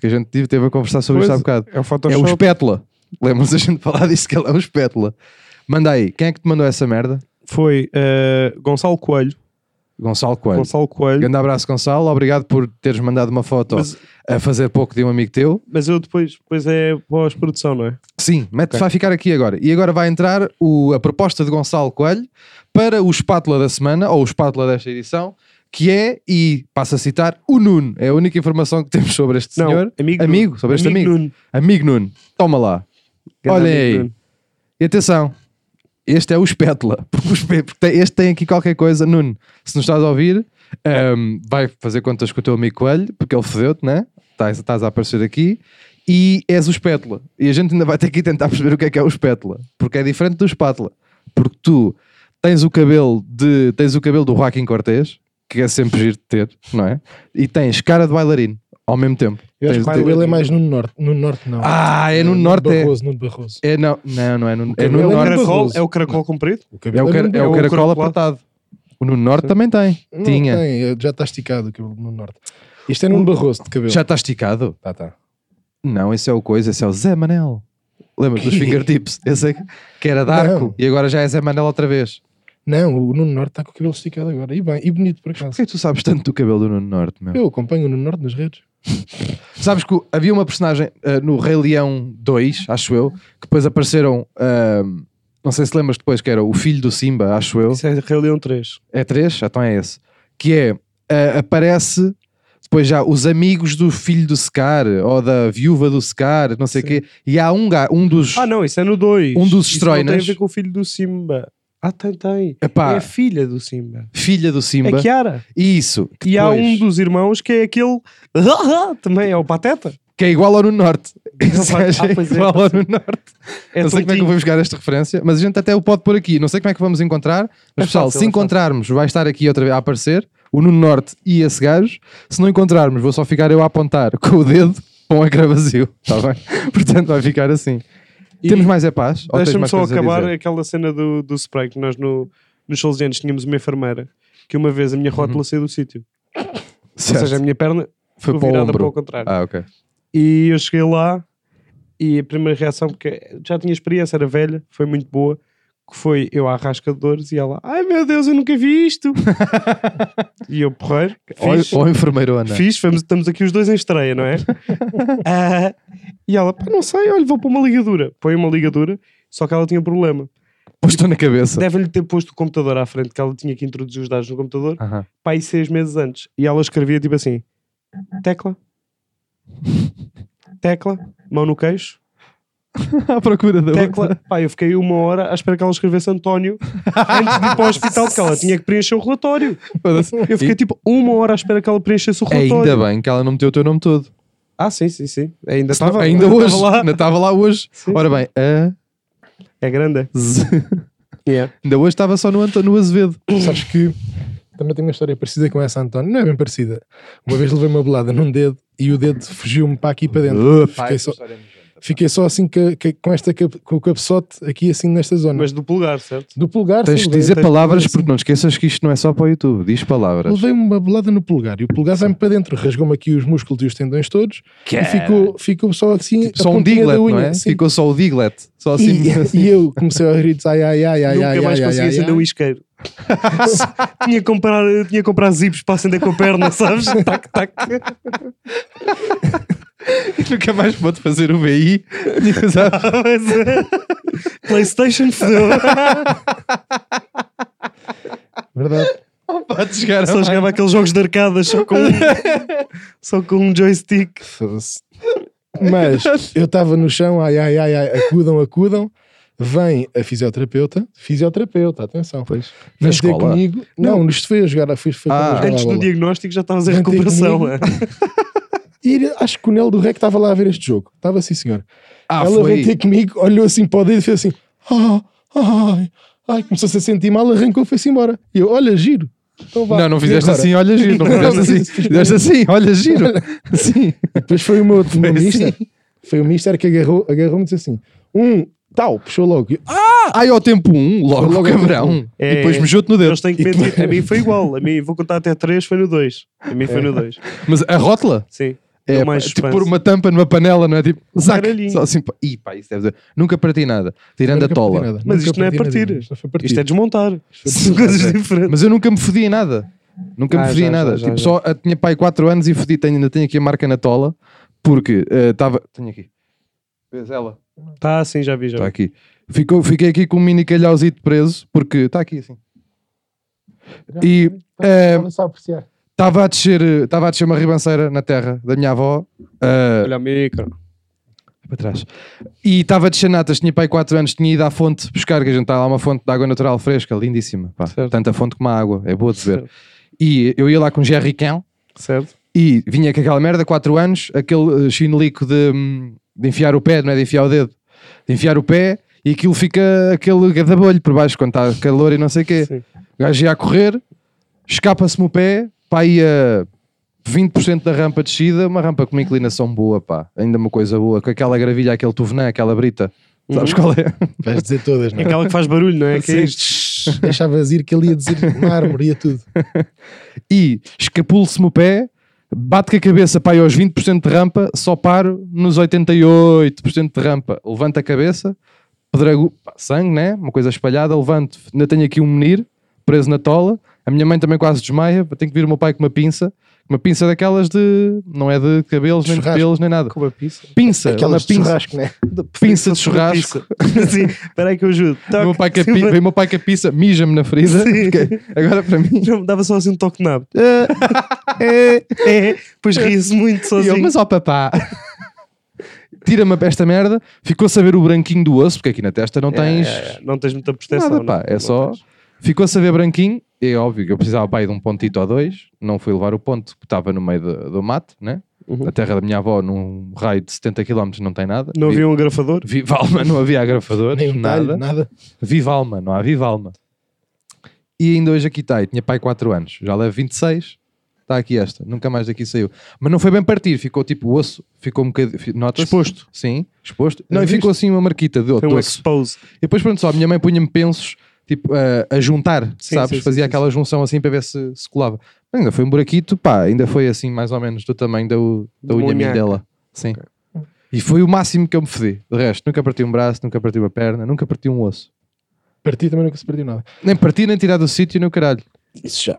S2: Que a gente tive- teve a conversar sobre isto há
S1: Pois,
S2: bocado.
S1: É o
S2: É o
S1: Photoshop.
S2: espétula. Lembram-se a gente falar disto que ele é o espétula. Manda aí, quem é que te mandou essa merda?
S1: Foi eh, Gonçalo Coelho.
S2: Gonçalo Coelho.
S1: Gonçalo Coelho.
S2: Grande abraço, Gonçalo. Obrigado por teres mandado uma foto
S1: Mas-
S2: a fazer pouco de um amigo teu.
S1: Mas eu depois, depois é pós-produção, não é?
S2: Sim, mete,
S1: Ok.
S2: vai ficar aqui agora. E agora vai entrar o- a proposta de Gonçalo Coelho para o espátula da semana, ou o espátula desta edição, que é, e passo a citar, o Nuno. É a única informação que temos sobre este senhor.
S1: amigo,
S2: amigo,
S1: Nuno.
S2: sobre este amigo.
S1: Nuno.
S2: Amigo Nuno, toma lá.
S1: Grande
S2: Olha
S1: amigo
S2: aí.
S1: Nuno.
S2: E atenção, este é o espétula. Porque o espé- porque tem- este tem aqui qualquer coisa. Nuno, se nos estás a ouvir, ehm, vai fazer contas com o teu amigo Coelho, porque ele fodeu-te, né? Estás, estás a aparecer aqui. E és o espétula. E a gente ainda vai ter que tentar perceber o que é que é o espétula. Porque é diferente do espátula. Porque tu tens o cabelo de tens o cabelo do Joaquim Cortez, que é sempre giro de ter, não é? E tens cara de bailarino ao mesmo tempo.
S3: Eu acho
S2: Tens-
S3: que o ele é mais no norte. No norte, não.
S2: Ah, é no
S3: Nuno
S2: norte. É,
S3: Barroso, Nuno Barroso.
S2: é não, não, não é no,
S3: cabelo
S2: é no
S3: é
S1: É o,
S3: Nuno
S2: norte.
S1: caracol,
S3: Barroso.
S1: é o caracol comprido?
S3: O
S2: É
S3: cabelo
S2: o,
S3: é
S2: car
S3: Nuno
S2: é o
S3: Barroso.
S1: caracol
S2: caracol
S1: lá.
S2: apertado. O Nuno Norte também tem.
S3: Não
S2: Tinha.
S3: tem, é, já está esticado o cabelo no norte. Isto é Nuno Barroso de cabelo.
S2: Já está esticado?
S3: Tá, tá.
S2: Não, esse é o coisa, esse é o Zé Manel. Lembra dos fingertips? Esse é que- que era Darko
S3: Não.
S2: e agora já é Zé Manel outra vez.
S3: Não, o Nuno Norte está com o cabelo esticado agora. E bem, e bonito por acaso.
S2: Porquê que tu sabes tanto do cabelo do Nuno Norte, meu?
S3: Eu acompanho o Nuno Norte nas redes.
S2: Sabes que o- havia uma personagem ah, no Rei Leão 2, acho eu, que depois apareceram. ah, não sei se lembras depois que era o filho do Simba, acho eu.
S1: Isso é Rei Leão 3.
S2: É 3? Então é esse. Que é, ah, aparece depois já os amigos do filho do Scar ou da viúva do Scar, não sei o quê. E há um, ga- um dos.
S1: Ah, não, isso é no 2.
S2: Um dos
S1: Isso não tem a
S2: Stroinas.
S1: ver com o filho do Simba. Ah, tem, tem.
S2: Epá,
S1: É a filha do Simba.
S2: filha do Simba.
S1: A Kiara.
S2: Isso. Que
S1: é E há
S2: depois-
S1: um dos irmãos que é aquele. Também é o Pateta.
S2: Que é igual ao no Norte. Esse
S1: Ah,
S2: gajo é
S1: pois é,
S2: igual ao
S1: pois
S2: no Norte.
S1: É
S2: não sei como é que eu vou buscar esta referência, mas a gente até o pode pôr aqui. Não sei como é que vamos encontrar, mas
S1: É
S2: pessoal,
S1: fácil,
S2: se
S1: é
S2: encontrarmos, vai estar aqui outra vez a aparecer o Nuno Norte e esse gajo. Se não encontrarmos, vou só ficar eu a apontar com o dedo para um ecrã vazio. Está bem? Portanto, vai ficar assim.
S1: E
S2: Temos mais é paz? Ou tens
S1: Deixa-me
S2: mais
S1: só
S2: coisas a
S1: acabar
S2: dizer?
S1: aquela cena do, do spray que nós no, nos Salesianos tínhamos uma enfermeira que uma vez a minha rótula saiu do sítio. Ou
S2: Uhum. Certo.
S1: seja, a minha perna
S2: Foi para o
S1: virada
S2: ombro.
S1: para o contrário.
S2: Ah, ok.
S1: E eu cheguei lá e a primeira reação, porque já tinha experiência, era velha, foi muito boa, que foi eu à rasca de dores e ela, ai meu Deus, eu nunca vi isto. e eu, porreiro, fiz,
S2: Ou, ou enfermeiro Ana.
S1: fiz vamos, estamos aqui os dois em estreia, não é? Ah, e ela, pá, não sei, olha, vou pôr uma ligadura. Põe uma ligadura, só que ela tinha um problema.
S2: Pôs-te na cabeça.
S1: Devem-lhe ter posto o computador à frente, que ela tinha que introduzir os dados no computador,
S2: Aham.
S1: para aí seis meses antes. E ela escrevia tipo assim: tecla, tecla, mão no queixo,
S2: À procura da outra.
S1: tecla. Pá, eu fiquei uma hora à espera que ela escrevesse António antes de ir para o hospital, porque ela tinha que preencher o relatório. Eu fiquei tipo uma hora à espera que ela preenchesse o relatório.
S2: Ainda bem que ela não meteu o teu nome todo.
S1: Ah, sim, sim, sim. Ainda
S2: Senão-
S1: estava
S2: ainda hoje.
S1: estava lá.
S2: Ainda estava lá hoje.
S1: Sim.
S2: Ora bem, a
S1: É grande.
S2: Z-
S1: Yeah.
S2: ainda hoje estava só no, Anto- no Azevedo.
S3: Sabes que também tenho uma história parecida com essa, António. Não é bem parecida. Uma vez levei uma bolada num dedo e o dedo fugiu-me para aqui para dentro. Fiquei só, fiquei só assim ca- ca- com, esta, cap- com o cabeçote aqui assim nesta zona.
S1: Mas do polegar, certo?
S3: do polegar,
S2: Tens
S3: sim,
S2: de dizer
S1: tens-
S2: palavras porque não esqueças que isto não é só para o YouTube. Diz palavras.
S3: Levei uma bolada no polegar e o polegar vai-me para dentro, rasgou-me aqui os músculos e os tendões todos e ficou, ficou só assim.
S2: é? Tipo,
S3: a
S2: só um
S3: pontinha
S2: diglet,
S3: da unha.
S2: não é?
S3: Sim.
S2: Ficou só o diglet. Só assim.
S3: E, e eu comecei a rir ai ai ai ai ai
S1: Nunca mais
S3: ai, ai,
S1: consegui
S3: ai,
S1: acender
S3: ai.
S1: um isqueiro. tinha que comprar, tinha que comprar zipos para acender com a perna, sabes? tac, tac.
S2: Nunca mais pode fazer o BI. Sabe?
S1: Pois é. PlayStation fodeu.
S3: Verdade.
S2: Não é. pode chegar a
S1: Só
S2: mais.
S1: jogava aqueles jogos de arcadas só com um, só com um joystick.
S3: Foda-se. Mas eu estava no chão, ai, ai, ai, ai, acudam, acudam. Vem a fisioterapeuta, fisioterapeuta, atenção. Pois.
S2: Na
S3: Vem ter
S2: escola?
S3: comigo. Não, nos foi a jogar, fui, fui
S2: Ah.
S3: jogar
S1: Antes
S3: à
S1: do
S3: bola.
S1: diagnóstico já estavas em
S3: Não tem
S1: recuperação.
S3: comigo. E acho que o Nel do Rec estava lá a ver este jogo. Estava assim, senhor.
S2: Ah,
S3: Ela
S2: foi.
S3: veio ter comigo, olhou assim para o dedo e fez assim: ah, ai, ai, começou-se a sentir mal, arrancou e foi-se embora. E eu, olha, giro. Então vá.
S2: Não, não
S3: E
S2: fizeste
S3: agora?
S2: assim, olha giro. Não
S3: Não,
S2: fizeste
S3: não
S2: assim.
S3: fiz.
S2: Fizeste assim, olha giro. Sim.
S3: Depois foi o meu, o meu
S2: Foi assim.
S3: mister. Foi o mister que agarrou- agarrou-me e disse assim: um, tal, puxou logo. E eu,
S2: Ai, ao tempo 1, um, logo, um.
S3: Logo ao tempo
S2: cabrão.
S1: É,
S2: E depois
S1: é.
S2: mijou-te no dedo.
S1: Eles têm que mentir. A mim foi igual. A mim, vou contar até 3, foi no 2. A mim foi no 2.
S2: Mas a rótula?
S1: Sim.
S2: É,
S1: Deu mais
S2: pá, tipo
S1: suspense.
S2: pôr uma tampa numa panela, não é? Tipo, zac,
S1: Baralhinho.
S2: só assim, pá, ih, pá, isso deve ser. Nunca parti nada, tirando
S3: nunca
S2: a
S3: perdi
S2: tola.
S3: nada,
S1: Mas
S3: nunca
S1: isto não é
S3: perdi nada,
S1: partir.
S3: Isto foi partir.
S1: Isto é desmontar. São coisas diferentes.
S2: Mas eu nunca me fodi em nada. Nunca
S1: Ah,
S2: me fodi
S1: já,
S2: em nada.
S1: já, já,
S2: tipo,
S1: já.
S2: só eu tinha pai 4 anos e fodi, tenho- ainda tenho aqui a marca na tola, porque estava. tenho aqui. Vês ela?
S1: Tá, sim, já vi. Já.
S2: Está
S1: vi.
S2: aqui. Ficou, fiquei aqui com um mini calhauzito preso, porque está aqui assim. E eh,
S3: Estava só a apreciar.
S2: estava a descer, eh, estava a descer uma ribanceira na terra da minha avó. eh,
S1: Olha a micro.
S2: para trás. E estava de chanatas, tinha pai 4 anos, tinha ido à fonte buscar, que a gente está lá uma fonte de água natural fresca, lindíssima. Pá.
S1: Certo.
S2: Tanto a fonte como a água, é boa de ver.
S1: Certo.
S2: E eu ia lá com um jerrycan
S1: Certo?
S2: e vinha com aquela merda, 4 anos, aquele eh, chinelico de, hum, de enfiar o pé, não é? De enfiar o dedo, de enfiar o pé e aquilo fica aquele gadabolho por baixo quando está calor e não sei o quê.
S1: Sim.
S2: O gajo ia a correr, escapa-se-me o pé, pá, ia 20% da rampa descida, uma rampa com uma inclinação boa, pá, ainda uma coisa boa, com aquela gravilha, aquele tuvenã, aquela brita, sabes qual é?
S3: Vais dizer todas, não
S1: É
S3: é?
S1: aquela que faz barulho, não é? Que é
S2: Sim.
S1: isto.
S3: Deixavas ir que ele ia dizer mármore, ia tudo.
S2: E escapulo-se-me o pé, bate com a cabeça, pá, aí aos 20% de rampa, só paro nos 88% de rampa, levanto a cabeça, pedrago, pá, sangue, né? Uma coisa espalhada, levanto, ainda tenho aqui um menir preso na tola. A minha mãe também quase desmaia, tenho que vir o meu pai com uma pinça, uma pinça daquelas de. não é de cabelos, nem de
S3: Churrasco.
S2: pelos, nem nada.
S1: Com uma pizza.
S2: Pinça,
S3: Aquelas de
S2: uma pinça,
S3: churrasco, né?
S2: pinça de churrasco.
S1: Sim, espera aí que eu ajudo.
S2: O meu pai com a pi- Vem o meu pai com a pinça, mija-me na ferida.
S1: Sim.
S2: porque Agora para mim.
S1: Não, dava só assim um toque de nabo.
S2: É,
S1: É, pois ria-se muito
S2: E eu,
S1: sozinho.
S2: mas ó papá. tira-me esta merda, ficou a saber o branquinho do osso, porque aqui na testa
S1: É,
S2: não tens
S1: Não tens muita proteção.
S2: nada,
S1: não,
S2: pá, é
S1: não
S2: só.
S1: tens.
S2: Ficou a saber branquinho, é óbvio que eu precisava pá, aí de um pontito ou dois, não fui levar o ponto, porque estava no meio do, do mato, né?
S1: Uhum.
S2: A terra da minha avó, num raio de 70 km, não tem nada.
S1: Não
S2: Vi-
S1: havia um agrafador?
S2: Viva alma, não havia agrafadores,
S3: Nem um
S2: nada.
S3: talho, nada.
S2: Viva alma, não há viva alma. E ainda hoje aqui está, e tinha pai 4 anos, já leva 26, está aqui esta, nunca mais daqui saiu. Mas não foi bem partir, ficou tipo o osso, ficou um bocadinho. fi- nota-se?
S1: Exposto.
S2: Sim, exposto. Não, e
S3: viste?
S2: ficou assim uma marquita de
S1: Foi
S2: outro
S1: um
S2: osso.
S1: expose.
S2: E depois, pronto, só a minha mãe punha-me pensos, tipo, a, a juntar,
S1: Sim,
S2: sabes?
S1: sim, sim,
S2: Fazia
S1: sim,
S2: aquela junção assim para ver se, se colava. Mas ainda foi um buraquito, pá, ainda foi assim mais ou menos do tamanho da, u- da
S1: De uma
S2: unha
S1: unhaca.
S2: dela. Sim. E foi o máximo que eu me fedi. De resto, nunca parti um braço, nunca parti uma perna, nunca parti um osso.
S3: Parti também nunca se perdi nada.
S2: Nem parti, nem tirar do sítio, nem o caralho.
S1: Isso já.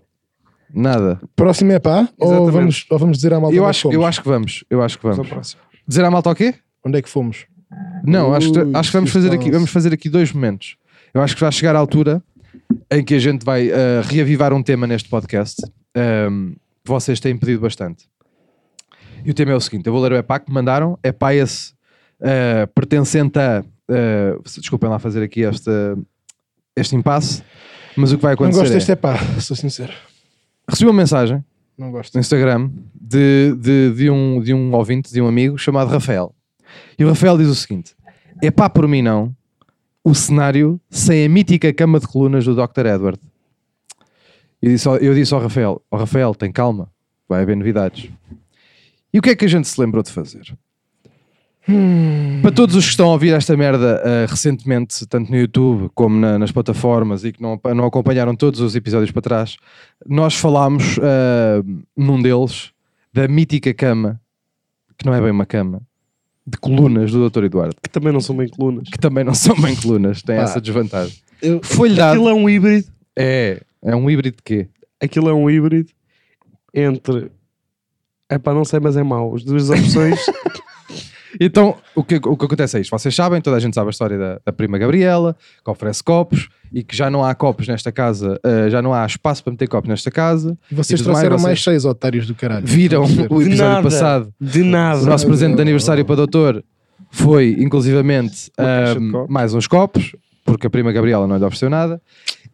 S2: Nada.
S3: Próximo é pá? Ou
S1: Exatamente.
S3: vamos, ou vamos dizer à malta
S2: Eu
S3: onde é que
S2: acho,
S3: fomos?
S2: eu acho que vamos. Eu acho que
S1: Vamos ao
S2: vamos.
S1: próximo.
S2: Dizer à malta o quê?
S3: Onde é que fomos?
S2: Não, acho, que,
S3: Ui,
S2: acho que vamos fazer aqui,
S3: suspense.
S2: vamos fazer aqui dois momentos. Eu acho que vai chegar a altura em que a gente vai ah, reavivar um tema neste podcast. Ahm, vocês têm pedido bastante. E o tema é o seguinte: eu vou ler o EPA que me mandaram. EPA esse ah, pertencente a. ah, desculpem lá fazer aqui esta, este impasse, mas o que vai
S3: Não
S2: acontecer.
S3: gosto deste
S2: é,
S3: é pá, sou sincero.
S2: Recebi uma mensagem
S3: Não gosto.
S2: no Instagram de, de, de um, de um ouvinte, de um amigo chamado Rafael. E o Rafael diz o seguinte: é pá, por mim não, o cenário sem a mítica cama de colunas do Dr. Edward. E disse ao- eu disse ao Rafael: Ó Rafael, tem calma, vai haver novidades. E o que é que a gente se lembrou de fazer? Para todos os que estão a ouvir esta merda ah, recentemente, tanto no YouTube como na- nas plataformas e que não, não acompanharam todos os episódios para trás, nós falámos ah, num deles da mítica cama, que não é bem uma cama, de colunas do Dr. Eduardo,
S1: Que também não são bem colunas.
S2: que também não são bem colunas, tem
S3: Pá.
S2: essa desvantagem.
S3: Eu-
S2: Foi-lhe dado.
S1: Aquilo é um híbrido.
S2: É, é um híbrido de quê?
S1: Aquilo é um híbrido entre. É pá, não sei, mas é mau. As duas opções.
S2: Então, o que, o que acontece é isto. Vocês sabem, toda a gente sabe a história da, da prima Gabriela, que oferece copos e que já não há copos nesta casa, ah, já não há espaço para meter copos nesta casa.
S3: E vocês
S2: E tudo
S3: trouxeram
S2: bem,
S3: mais seis otários do caralho.
S2: Viram o episódio
S1: nada.
S2: passado.
S1: de
S2: O
S1: nada.
S2: nosso presente de aniversário para o doutor foi, inclusivamente,
S1: Uma caixa de
S2: ah,
S1: copos.
S2: mais uns copos, porque a prima Gabriela não lhe ofereceu nada.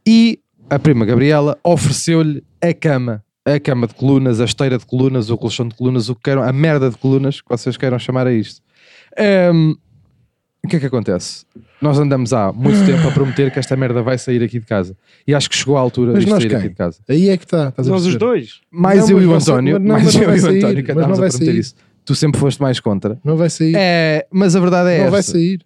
S2: E a prima Gabriela ofereceu-lhe a cama. A cama de colunas, a esteira de colunas, o colchão de colunas, o que queiram, a merda de colunas, que vocês queiram chamar a isto. Ahm, o que é que acontece? Nós andamos há muito tempo a prometer que esta merda vai sair aqui de casa. E acho que chegou a altura
S3: Mas
S2: de
S3: nós
S2: sair
S3: quem?
S2: aqui de casa.
S3: Aí é que está.
S1: Nós os dois.
S2: Mais
S3: Não,
S2: eu
S3: mas
S2: e o
S3: vai sa-
S2: António,
S3: mas não,
S2: mais
S3: mas não
S2: eu
S3: vai
S2: e o
S3: sair,
S2: António, que
S3: mas não
S2: andávamos a
S3: vai
S2: prometer
S3: sair.
S2: isso. Tu sempre foste mais contra.
S3: Não vai sair.
S2: É, mas a verdade é
S3: não vai
S2: esta.
S3: sair.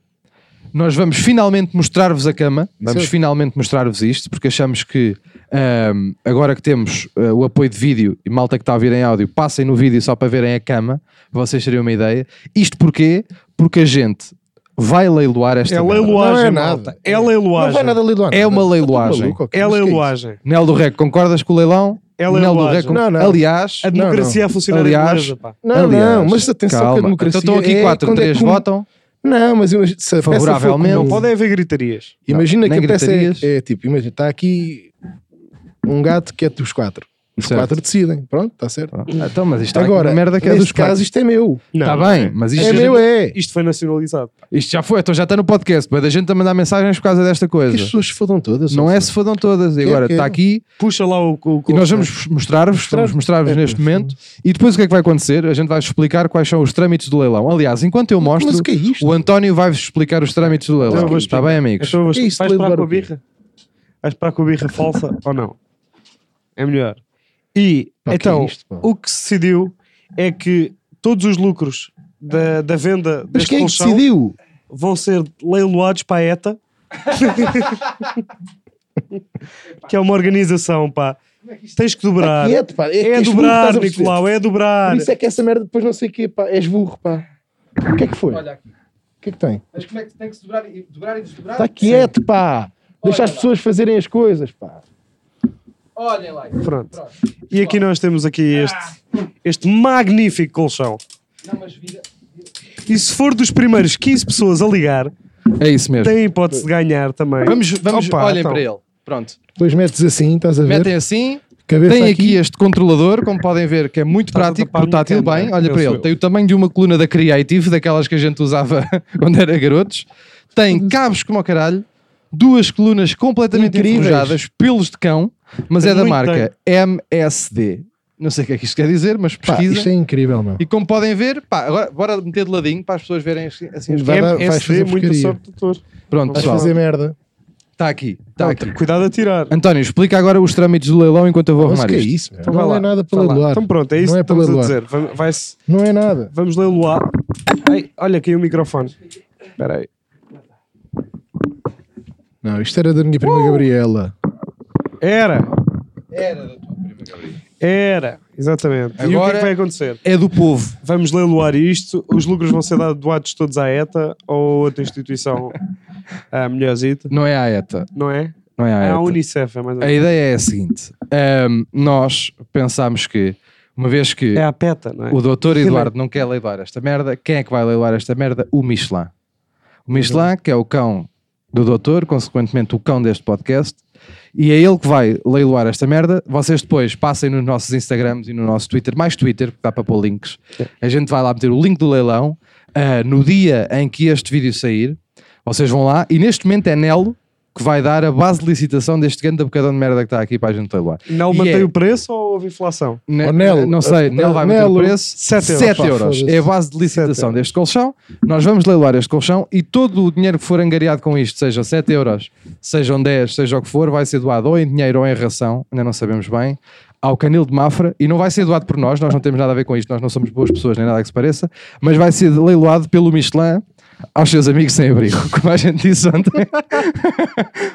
S2: Nós vamos finalmente mostrar-vos a cama, vamos
S3: é-
S2: finalmente mostrar-vos isto, porque achamos que ahm, agora que temos ah, o apoio de vídeo e malta que está a ouvir em áudio, passem no vídeo só para verem a cama, para vocês terem uma ideia. Isto porquê? Porque a gente vai leiloar esta
S1: É
S2: merda.
S1: leiloagem,
S3: Não é nada.
S1: malta. É leiloagem.
S3: Não vai nada Tá ali do ano.
S2: É uma leiloagem.
S1: É leiloagem.
S2: Nel do Rec, concordas com o leilão?
S1: É
S2: Nel do
S1: leiloagem.
S2: Rec, con-
S3: Não, não.
S2: Aliás,
S1: A democracia a funcionar
S2: Aliás,
S1: inglesa, pá.
S3: Não,
S2: aliás,
S3: não, mas atenção
S2: calma.
S3: que a democracia.
S2: Então estão aqui
S3: é
S2: quatro,
S3: quando é
S2: três
S3: comum.
S2: votam.
S3: Não, mas imagina. se a peça for
S2: Favoravelmente.
S3: comum,
S1: Não pode haver gritarias.
S3: Imagina
S2: nem
S3: que a peça
S2: gritarias.
S3: é, é tipo, imagina, está aqui um gato que é dos quatro. Os
S2: Certo.
S3: quatro decidem. Pronto, está certo.
S2: Ah, Então, mas isto
S3: Agora,
S2: Agora, merda que é
S3: neste
S2: dos
S3: caso,
S2: casos.
S3: isto é meu.
S1: Não,
S2: Está
S1: não
S2: bem, mas isto
S3: é meu, é.
S1: Isto foi nacionalizado.
S2: Isto já foi, então já está no podcast, mas a gente a mandar mensagens por causa desta coisa.
S3: As pessoas se fodam todas.
S2: Não
S3: ou
S2: é
S3: seja,
S2: se fodam todas. E
S3: Que é
S2: agora
S3: que é?
S2: está aqui
S1: Puxa lá o. o, o
S2: e nós vamos mostrar-vos, vamos
S3: É,
S2: mostrar-vos neste momento. E depois o que é que vai acontecer? A gente vai explicar quais são os trâmites do leilão. Aliás, enquanto eu mostro,
S3: Mas o que é isto?
S2: o António vai-vos explicar os trâmites do
S1: Então
S2: leilão.
S1: eu vou
S2: Está
S1: explicar.
S2: bem, amigos?
S1: Então, mas
S3: Que é isto,
S1: vais
S3: Leiloar
S1: parar com a
S3: o quê?
S1: birra? Vais parar com a birra falsa ou não? É melhor. E
S3: Pá, que
S1: então,
S3: é isto, pá?
S1: o que se decidiu é que todos os lucros da, da venda
S3: Mas
S1: deste
S3: quem é que
S1: colchão
S3: decidiu?
S1: vão ser leiloados para a ETA, que é uma organização, pá. Tens
S3: Está
S1: que dobrar.
S3: quieto, pá.
S1: É,
S3: que és burro, estás
S1: dobrar,
S3: a perceber?
S1: Nicolau, é dobrar.
S3: Por isso é que essa merda depois não sei o quê, pá. És burro, pá. O que é que foi? O
S2: aqui.
S3: que é que tem?
S2: Mas como é que tem que dobrar e, dobrar e desdobrar?
S3: Está Tá quieto, pá. Deixa as pessoas fazerem as coisas, pá.
S2: Olhem lá.
S3: é
S1: Pronto. E aqui nós temos aqui este, este magnífico colchão. E se for dos primeiros 15 pessoas a ligar,
S2: É isso mesmo.
S1: tem a hipótese de ganhar também.
S2: Vamos, vamos
S1: Opa,
S2: olhem
S1: então.
S2: para ele. Pronto.
S3: Depois metes assim, estás a ver?
S2: Metem assim,
S3: cabeça
S2: Tem aqui este controlador, como podem ver, que é muito
S1: Estás a
S2: prático,
S1: tapar a minha
S2: portátil
S1: câmera,
S2: bem. Olha
S1: penso
S2: para ele,
S1: eu.
S2: tem o tamanho de uma coluna da Creative, daquelas que a gente usava quando era garotos. Tem cabos como o caralho, duas colunas completamente
S1: Incríveis.
S2: enferrujadas, pelos de cão, mas
S1: Tem
S2: é da
S1: muito
S2: marca MSD. Não sei o que é que isto quer dizer, mas
S3: Pá,
S2: pesquisa.
S3: isto é incrível, meu.
S2: E como podem ver, pá, agora bora meter de ladinho para as pessoas verem assim. assim as-
S3: Vai dar- vais fazer
S1: MSD, muita
S3: porcaria.
S1: sorte, doutor. Então,
S2: Pronto,
S3: Vais
S2: pessoal,
S3: fazer merda.
S2: está aqui,
S3: Tá
S2: está aqui.
S1: Cuidado a tirar.
S2: António, explica agora os trâmites do leilão enquanto eu vou
S3: Mas
S2: arrumar
S3: que é
S2: isto.
S3: isso, meu?
S1: Então
S3: não
S1: vai
S3: é
S1: lá,
S3: nada para
S2: vai lá.
S3: leiloar.
S1: Então pronto, é isso
S3: Não é
S1: que estamos
S3: pelo
S1: a dizer. Vai- vai-se-
S3: Não é nada.
S1: vamos leiloar. Ai, olha, caiu o microfone. Espera aí.
S3: Não, isto era da minha prima
S2: Uh!
S3: Gabriela.
S1: Era. Era. Exatamente. E o que é
S2: Agora-
S1: que vai acontecer?
S2: É do povo.
S1: Vamos leiloar isto. Os lucros vão ser dado- doados todos à ETA ou outra instituição ah, melhorzita,
S2: Não é a ETA.
S1: não é?
S2: Não é a
S1: É
S2: ETA.
S1: a Unicef, é mais ou
S2: A
S1: menos.
S2: ideia é a seguinte: Ahm, nós pensámos que, uma vez que
S1: É a PETA, não é?
S2: o doutor Eduardo não quer leiloar esta merda, quem é que vai leiloar esta merda? O Michelin. O Michelin, que é o cão do doutor, consequentemente o cão deste podcast, e é ele que vai leiloar esta merda. Vocês depois passem nos nossos Instagrams e no nosso Twitter, mais Twitter, porque dá para pôr links. A gente vai lá meter o link do leilão ah, no dia em que este vídeo sair. Vocês vão lá e neste momento é Nelo que vai dar a base de licitação deste grande bocadão de merda que está aqui para a gente leiloar.
S1: Não
S2: E
S1: mantém
S2: é-
S1: o preço ou houve inflação?
S2: Ne-
S3: Ou Nelo.
S2: Né? Não sei,
S3: Uh,
S2: Nelo vai meter
S3: Nelo.
S2: o preço.
S1: Sete euros.
S2: Sete
S3: Pá,
S2: euros.
S3: foda-se.
S2: É a base de licitação deste colchão. Nós vamos leiloar este colchão e todo o dinheiro que for angariado com isto, seja 7 euros, sejam 10, seja o que for, vai ser doado ou em dinheiro ou em ração, ainda não sabemos bem, ao Canil de Mafra. E não vai ser doado por nós, nós não temos nada a ver com isto, nós não somos boas pessoas, nem nada que se pareça, mas vai ser leiloado pelo Michelin aos seus amigos sem abrigo, como a gente disse ontem.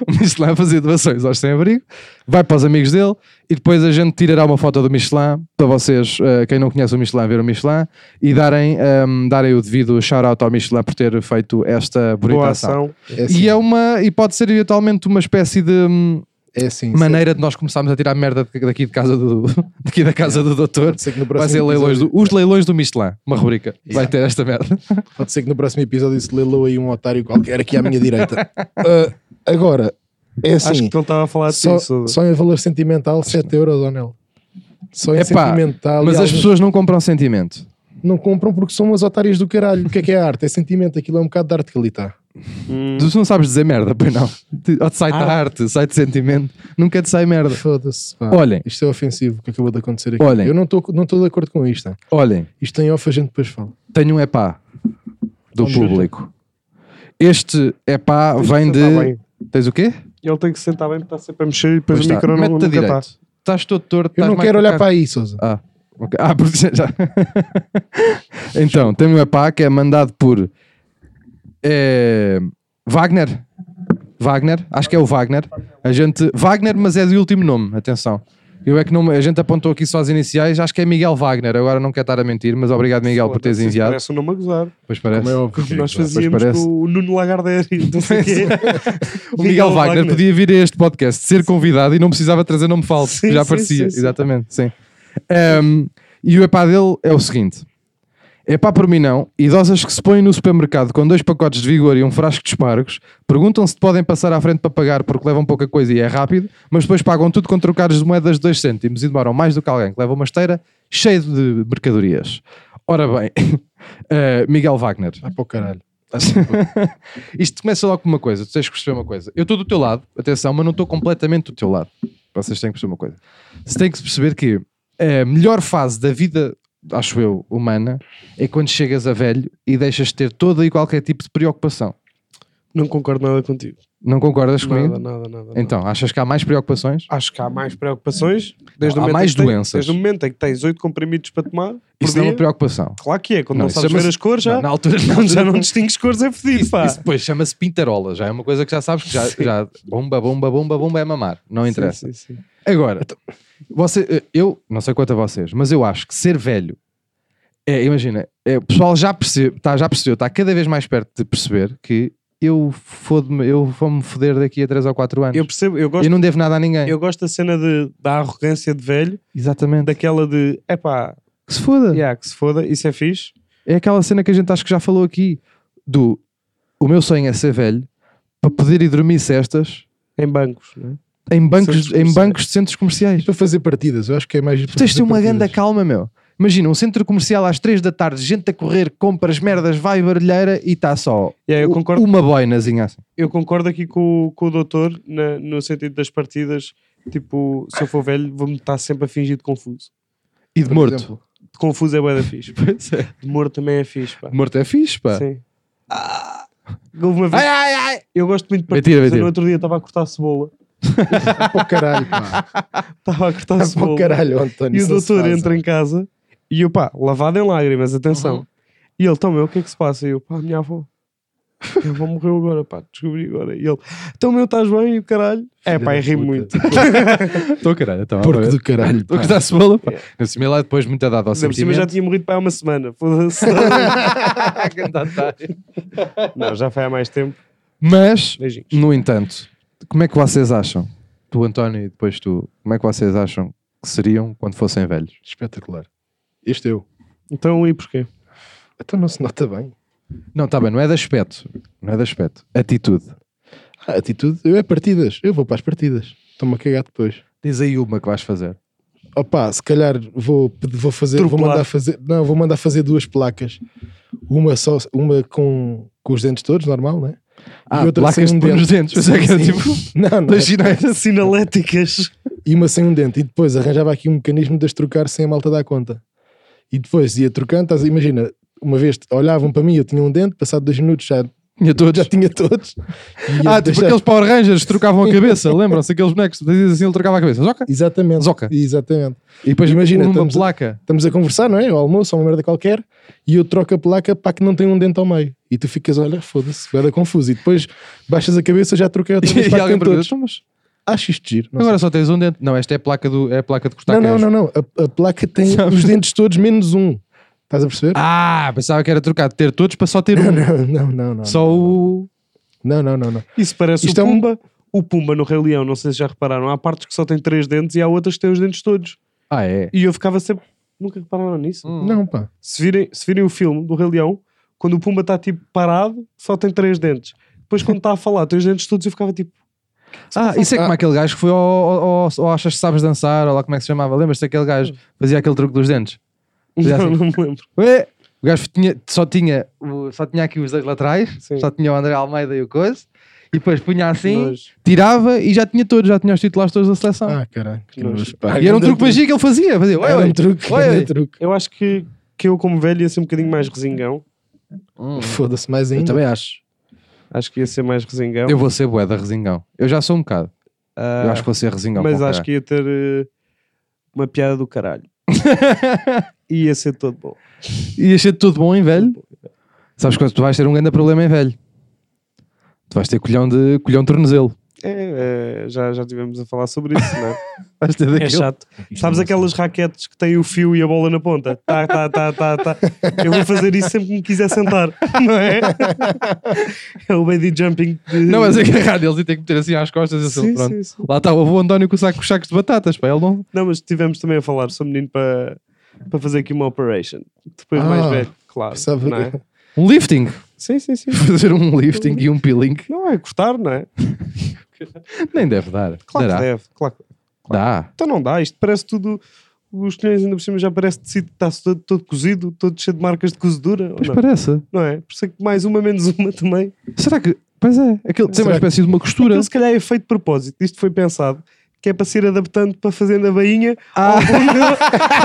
S2: o Michelin a fazer doações aos sem abrigo, vai para os amigos dele e depois a gente tirará uma foto do Michelin para vocês, eh, quem não conhece o Michelin, ver o Michelin e darem, ehm, darem o devido shout-out ao Michelin por ter feito esta bonita
S1: Boa
S2: ação.
S1: ação.
S3: É
S2: E,
S3: assim.
S2: é uma, e pode ser eventualmente uma espécie de hum,
S3: É assim.
S2: maneira de nós começarmos a tirar merda de- daqui, de casa do, daqui da casa do doutor.
S3: Sei que no
S1: assim
S2: Vai
S3: próximo
S2: ser leilões do-
S3: episódio-
S2: os leilões do Michelin, uma rubrica. Vai
S3: Yeah.
S2: ter esta merda.
S3: Pode ser que no próximo episódio se leilou aí um otário qualquer aqui à minha direita. Ah, agora, é
S1: Acho
S3: assim.
S1: que ele estava a falar de
S3: Só,
S1: ti, Suda.
S3: só em valor sentimental, 7 euros, ou não? Só em
S2: Epá,
S3: sentimental.
S2: Mas
S3: e
S2: as
S3: alguns
S2: pessoas não compram sentimento.
S3: não compram porque são umas otárias do caralho. O que é que é arte? É sentimento. Aquilo é um bocado de arte que ali está.
S1: Hum.
S3: Uhum.
S2: Tu não sabes dizer merda, pois não. Ou te sai
S3: Ah.
S2: de arte, sai de sentimento, nunca te sai merda.
S3: Foda-se. pá.
S2: Olhem,
S3: Isto é ofensivo o que acabou de acontecer aqui.
S2: Olhem.
S3: Eu não estou não estou de acordo com isto. não.
S2: olhem,
S3: Isto em off a gente depois fala.
S2: tenho um epá do
S3: Chuta.
S2: público. Este epá vem
S1: Sentar
S2: de.
S1: bem.
S2: Tens o quê?
S1: Ele tem que se sentar bem porque está sempre a mexer e depois
S2: Pois
S1: o
S2: está.
S1: micro não
S2: Mete-te a
S1: nunca está.
S2: direito. Estás todo torto.
S3: Eu
S2: estás
S3: não
S2: mais
S3: quero
S2: com a
S3: olhar para aí, Sousa.
S2: Ah, ok. Ah, porque já- já. então, tem um epá que é mandado por eh, Wagner. Wagner, acho que é o Wagner. A gente, Wagner, mas é de último nome, atenção. Eu é que não, a gente apontou aqui só as iniciais, acho que é Miguel Wagner. Agora não quero estar a mentir, mas obrigado, Miguel, por teres
S1: Foda-se, isso
S2: enviado.
S1: Parece um nome a gozar.
S2: Pois parece.
S3: Como é óbvio.
S1: Porque nós
S3: Claro.
S1: fazíamos
S2: parece.
S1: com o Nuno Lagardeiro e não sei o quê.
S2: O Miguel Wagner, podia vir a este podcast, ser convidado e não precisava trazer nome falso,
S1: Sim,
S2: já
S1: sim,
S2: aparecia,
S1: sim, sim.
S2: exatamente, sim. Ahm, e o epá dele é o seguinte: epá por mim não, idosas que se põem no supermercado com dois pacotes de vigor e um frasco de espargos, perguntam se podem passar à frente para pagar porque levam pouca coisa e é rápido, mas depois pagam tudo com trocados de moedas de 2 cêntimos e demoram mais do que alguém que leva uma esteira cheia de mercadorias. Ora bem, ah, Miguel Wagner.
S3: Ah, para o caralho.
S2: Tá Isto começa logo com uma coisa, tu tens que perceber uma coisa. Eu estou do teu lado, atenção, mas não estou completamente do teu lado. Vocês têm que perceber uma coisa. Você tem que perceber que a melhor fase da vida, acho eu, humana, é quando chegas a velho e deixas de ter todo e qualquer tipo de preocupação.
S1: Não concordo nada contigo.
S2: Não concordas
S1: Nada,
S2: comigo?
S1: nada, nada. nada.
S2: Então, achas que há mais preocupações?
S1: Acho que há mais preocupações. Desde o
S2: Há
S1: momento
S2: mais
S1: em que tens-
S2: doenças.
S1: desde o momento em que tens oito comprimidos para tomar, por
S2: Isso
S1: dia,
S2: não é uma preocupação.
S1: claro que é. Quando
S2: Não,
S1: não,
S2: isso
S1: sabes ver
S2: chama-se-
S1: as cores, já
S2: Não, na
S1: não,
S2: altura não.
S1: já não distingues cores, é fedido, pá.
S2: Isso depois chama-se pintarola, já é uma coisa que já sabes que já, já bomba, bomba, bomba, bomba é mamar. Não interessa.
S1: Sim, sim, sim.
S2: Agora,
S1: Então-
S2: você, eu não sei quanto a vocês, mas eu acho que ser velho é, imagina, é, o pessoal já, percebe, tá, já percebeu, está cada vez mais perto de perceber que eu, fodo-me- eu vou-me foder daqui a 3 ou 4 anos.
S1: Eu
S2: Eu,
S1: percebo, eu gosto,
S2: não é. devo nada a ninguém.
S1: eu gosto da cena de, da arrogância de velho,
S2: Exatamente.
S1: daquela de epá,
S2: Que se foda.
S1: yeah, que se foda, isso é fixe.
S2: É aquela cena que a gente acho que já falou aqui do o meu sonho é ser velho para poder ir dormir cestas
S1: Em bancos, não é?
S2: em bancos,
S3: Centros
S2: em
S3: comerciais.
S2: bancos de centros comerciais.
S3: Para fazer partidas, eu acho que é mais.
S2: Tu tens de ter uma grande calma, meu. Imagina, um centro comercial às 3 da tarde, gente a correr, compras, merdas, vai barulheira e está só
S1: Yeah, É, eu,
S2: u-
S1: concordo,
S2: uma boinazinha assim.
S1: eu concordo aqui com, o- com o doutor na- no sentido das partidas. Tipo, se eu for velho, vou-me estar sempre a fingir de confuso.
S2: E de
S3: Por
S2: morto.
S3: exemplo.
S1: De confuso é bué da fixe. pá. De morto também é fixe, pá.
S2: De morto é fixe, pá.
S1: Sim. Houve uma vez-
S2: Ai, ai, ai.
S1: Eu gosto muito de partidas.
S2: Mentira,
S1: Eu
S2: mentira.
S1: No outro dia estava a cortar cebola.
S3: Para o caralho, pá.
S1: Estava a cortar
S3: Para
S1: cebola.
S3: o caralho, António.
S1: E o
S3: isso é não se
S1: doutor
S3: faz.
S1: entra em casa e eu, pá, lavado em lágrimas, atenção.
S2: Uhum.
S1: E ele, toma, o que é que se passa? E eu, pá, minha avó. Minha avó morreu agora, pá, descobri agora. E ele, então, meu, estás bem? E o caralho. É,
S3: Filha
S1: pá,
S3: da
S1: e ri
S3: puta.
S1: muito.
S2: Estou caralho, então.
S3: Porco do caralho.
S2: Estou
S3: pá.
S2: a dar cebola, pá.
S1: Yeah.
S2: Eu assimilei depois muito a dado ao
S1: Ainda por cima já
S2: sentimento.
S1: tinha morrido, pá, há uma semana. Foda-se.
S2: Grande otário.
S1: Não, já foi há mais tempo.
S2: Mas,
S1: Beijinhos.
S2: no entanto, como é que vocês acham? Tu, António, e depois tu, como é que vocês acham que seriam quando fossem velhos?
S3: Espetacular. Este é eu.
S1: Então, e porquê?
S3: Então não se nota bem.
S2: Não, está bem, não é de aspecto. Não é de aspecto. Atitude.
S3: A atitude, eu é partidas. Eu vou para as partidas. Estou-me a cagar depois.
S2: Diz aí uma que vais fazer.
S3: Opá, se calhar vou, pedi- vou fazer, vou
S1: Atropelar.
S3: mandar fazer, não, vou mandar fazer duas placas. Uma só, uma com, com os dentes todos, normal, né?
S2: Ah,
S3: e outra
S2: placas
S3: sem
S2: de
S3: um
S2: pôr
S3: dente.
S2: nos dentes. Mas é que era
S3: Sim.
S2: tipo,
S3: Não, não.
S2: das girais.
S1: Sinaléticas.
S3: E uma sem um dente. E depois arranjava aqui um mecanismo de as trocar sem a malta dar conta. E depois ia trocando, estás, imagina, uma vez olhavam para mim, eu tinha um dente, passado dois minutos já,
S2: Tinha todos.
S3: já tinha todos. E ia
S2: Ah, tipo
S3: deixar-
S2: aqueles Power Rangers trocavam a cabeça. Lembram-se? Aqueles bonecos, dizias assim, ele trocava a cabeça. Zoca.
S3: Exatamente.
S2: Zoca.
S3: Exatamente.
S2: E depois um
S3: Imagina,
S2: imagina uma
S3: estamos a-
S2: placa.
S3: Estamos a conversar, não é? O almoço, ou uma merda qualquer, e eu troco a placa para que não tenha um dente ao meio. E tu ficas, olha, foda-se, vai dar confuso. E depois baixas a cabeça, já troquei outra vez
S2: E
S3: para que
S2: alguém
S3: tem
S2: pergunta,
S3: todos.
S2: "Então, mas
S3: Acho isto giro. Não,
S2: agora só tens um dente. Não, esta é a placa, do, é a placa de cortar
S3: sei. não, não,
S2: queijo.
S3: não, não. A, a placa tem
S2: Sabes?
S3: os dentes todos menos um. Estás a perceber?
S2: Ah, pensava que era trocar de ter todos para só ter um.
S3: Não, não, não, não.
S2: Só o.
S3: Não, não, não, não.
S1: Isso parece
S3: Isto é
S1: o
S3: um-
S1: Pumba. O Pumba no Rei Leão, não sei se já repararam, há partes que só tem três dentes e há outras que têm os dentes todos.
S2: Ah, é. Hum.
S1: E eu ficava sempre... Nunca repararam nisso?
S3: Não, pá.
S1: Se virem, se virem o filme do Rei Leão, quando o Pumba está tipo parado, só tem três dentes. Depois, quando está a falar, tem os dentes todos e eu ficava tipo.
S2: Ah, isso é como aquele gajo que foi ao, ao, ao- ao Achas que Sabes Dançar, ou lá como é que se chamava. Lembras-te daquele gajo que fazia aquele truque dos dentes? é Já
S1: Não,
S2: sei.
S1: não me lembro.
S2: Ué! O gajo tinha- só, tinha, o- só tinha aqui os dois laterais,
S1: Sim.
S2: só tinha o André Almeida e o Coiso, e depois punha assim,
S1: Mas,
S2: tirava e já tinha todos, já tinha os titulares todos da seleção.
S3: Ah, caralho. que
S1: nojo.
S3: nojo, pá.
S2: e era um
S3: Grande
S2: truque magia que ele fazia. fazia ué,
S3: Era
S2: ué.
S3: um truque,
S2: Oi,
S3: era
S2: oi.
S3: um truque.
S1: eu acho que, que eu, como velho, ia ser um bocadinho mais resingão.
S2: Hum.
S3: Foda-se mais ainda.
S2: acho.
S1: Acho que ia ser mais resingão.
S2: Eu vou ser bué da resingão. Eu já sou um bocado.
S1: Ah,
S2: eu acho que vou ser resingão. é.
S1: mas
S2: com o
S1: acho
S2: caralho.
S1: que ia ter eh, uma piada do caralho. E ia ser todo bom.
S2: Ia ser tudo bom em velho. Sabes quando tu vais ter um grande problema em velho. Tu vais ter colhão de colhão de tornozelo.
S1: É, eh, já, já tivemos a falar sobre isso, não é?
S2: Vais ter
S1: É
S2: daquele.
S1: chato. Sabes aquelas raquetes que têm o fio e a bola na ponta? Tá, tá, tá, tá, tá. Eu vou fazer isso sempre que me quiser sentar, não é? É o baby jumping. De...
S2: não, mas agarrar deles e ter que é meter assim às costas e assim,
S1: Sim,
S2: pronto.
S1: sim, sim.
S2: Lá está o avô António com, o saco, com os sacos de batatas, pá, ele não...
S1: Não, mas tivemos também a falar, sou menino para, para fazer aqui uma operation. Depois
S3: Ah,
S1: mais velho, claro.
S3: Sabe?
S1: Não é?
S2: Um lifting.
S1: Sim, sim, sim.
S2: Fazer um lifting e um peeling.
S1: Não é cortar, não é?
S2: Nem deve dar.
S1: Claro
S2: Dará.
S1: que deve. Claro. que-
S2: Dá.
S1: Então não dá, isto parece tudo. Os colhões ainda por cima já parece tecido que está todo, todo cozido, todo cheio de marcas de cozedura. ou
S2: Pois
S1: não?
S2: parece.
S1: não é? Por isso é que mais uma, menos uma também.
S2: Será que... Pois é, aquele tem
S3: Será
S2: uma espécie de uma costura.
S1: Aquilo se calhar é feito de propósito, isto foi pensado, que é para se ir adaptando para fazendo a bainha
S2: Ah.
S1: ao,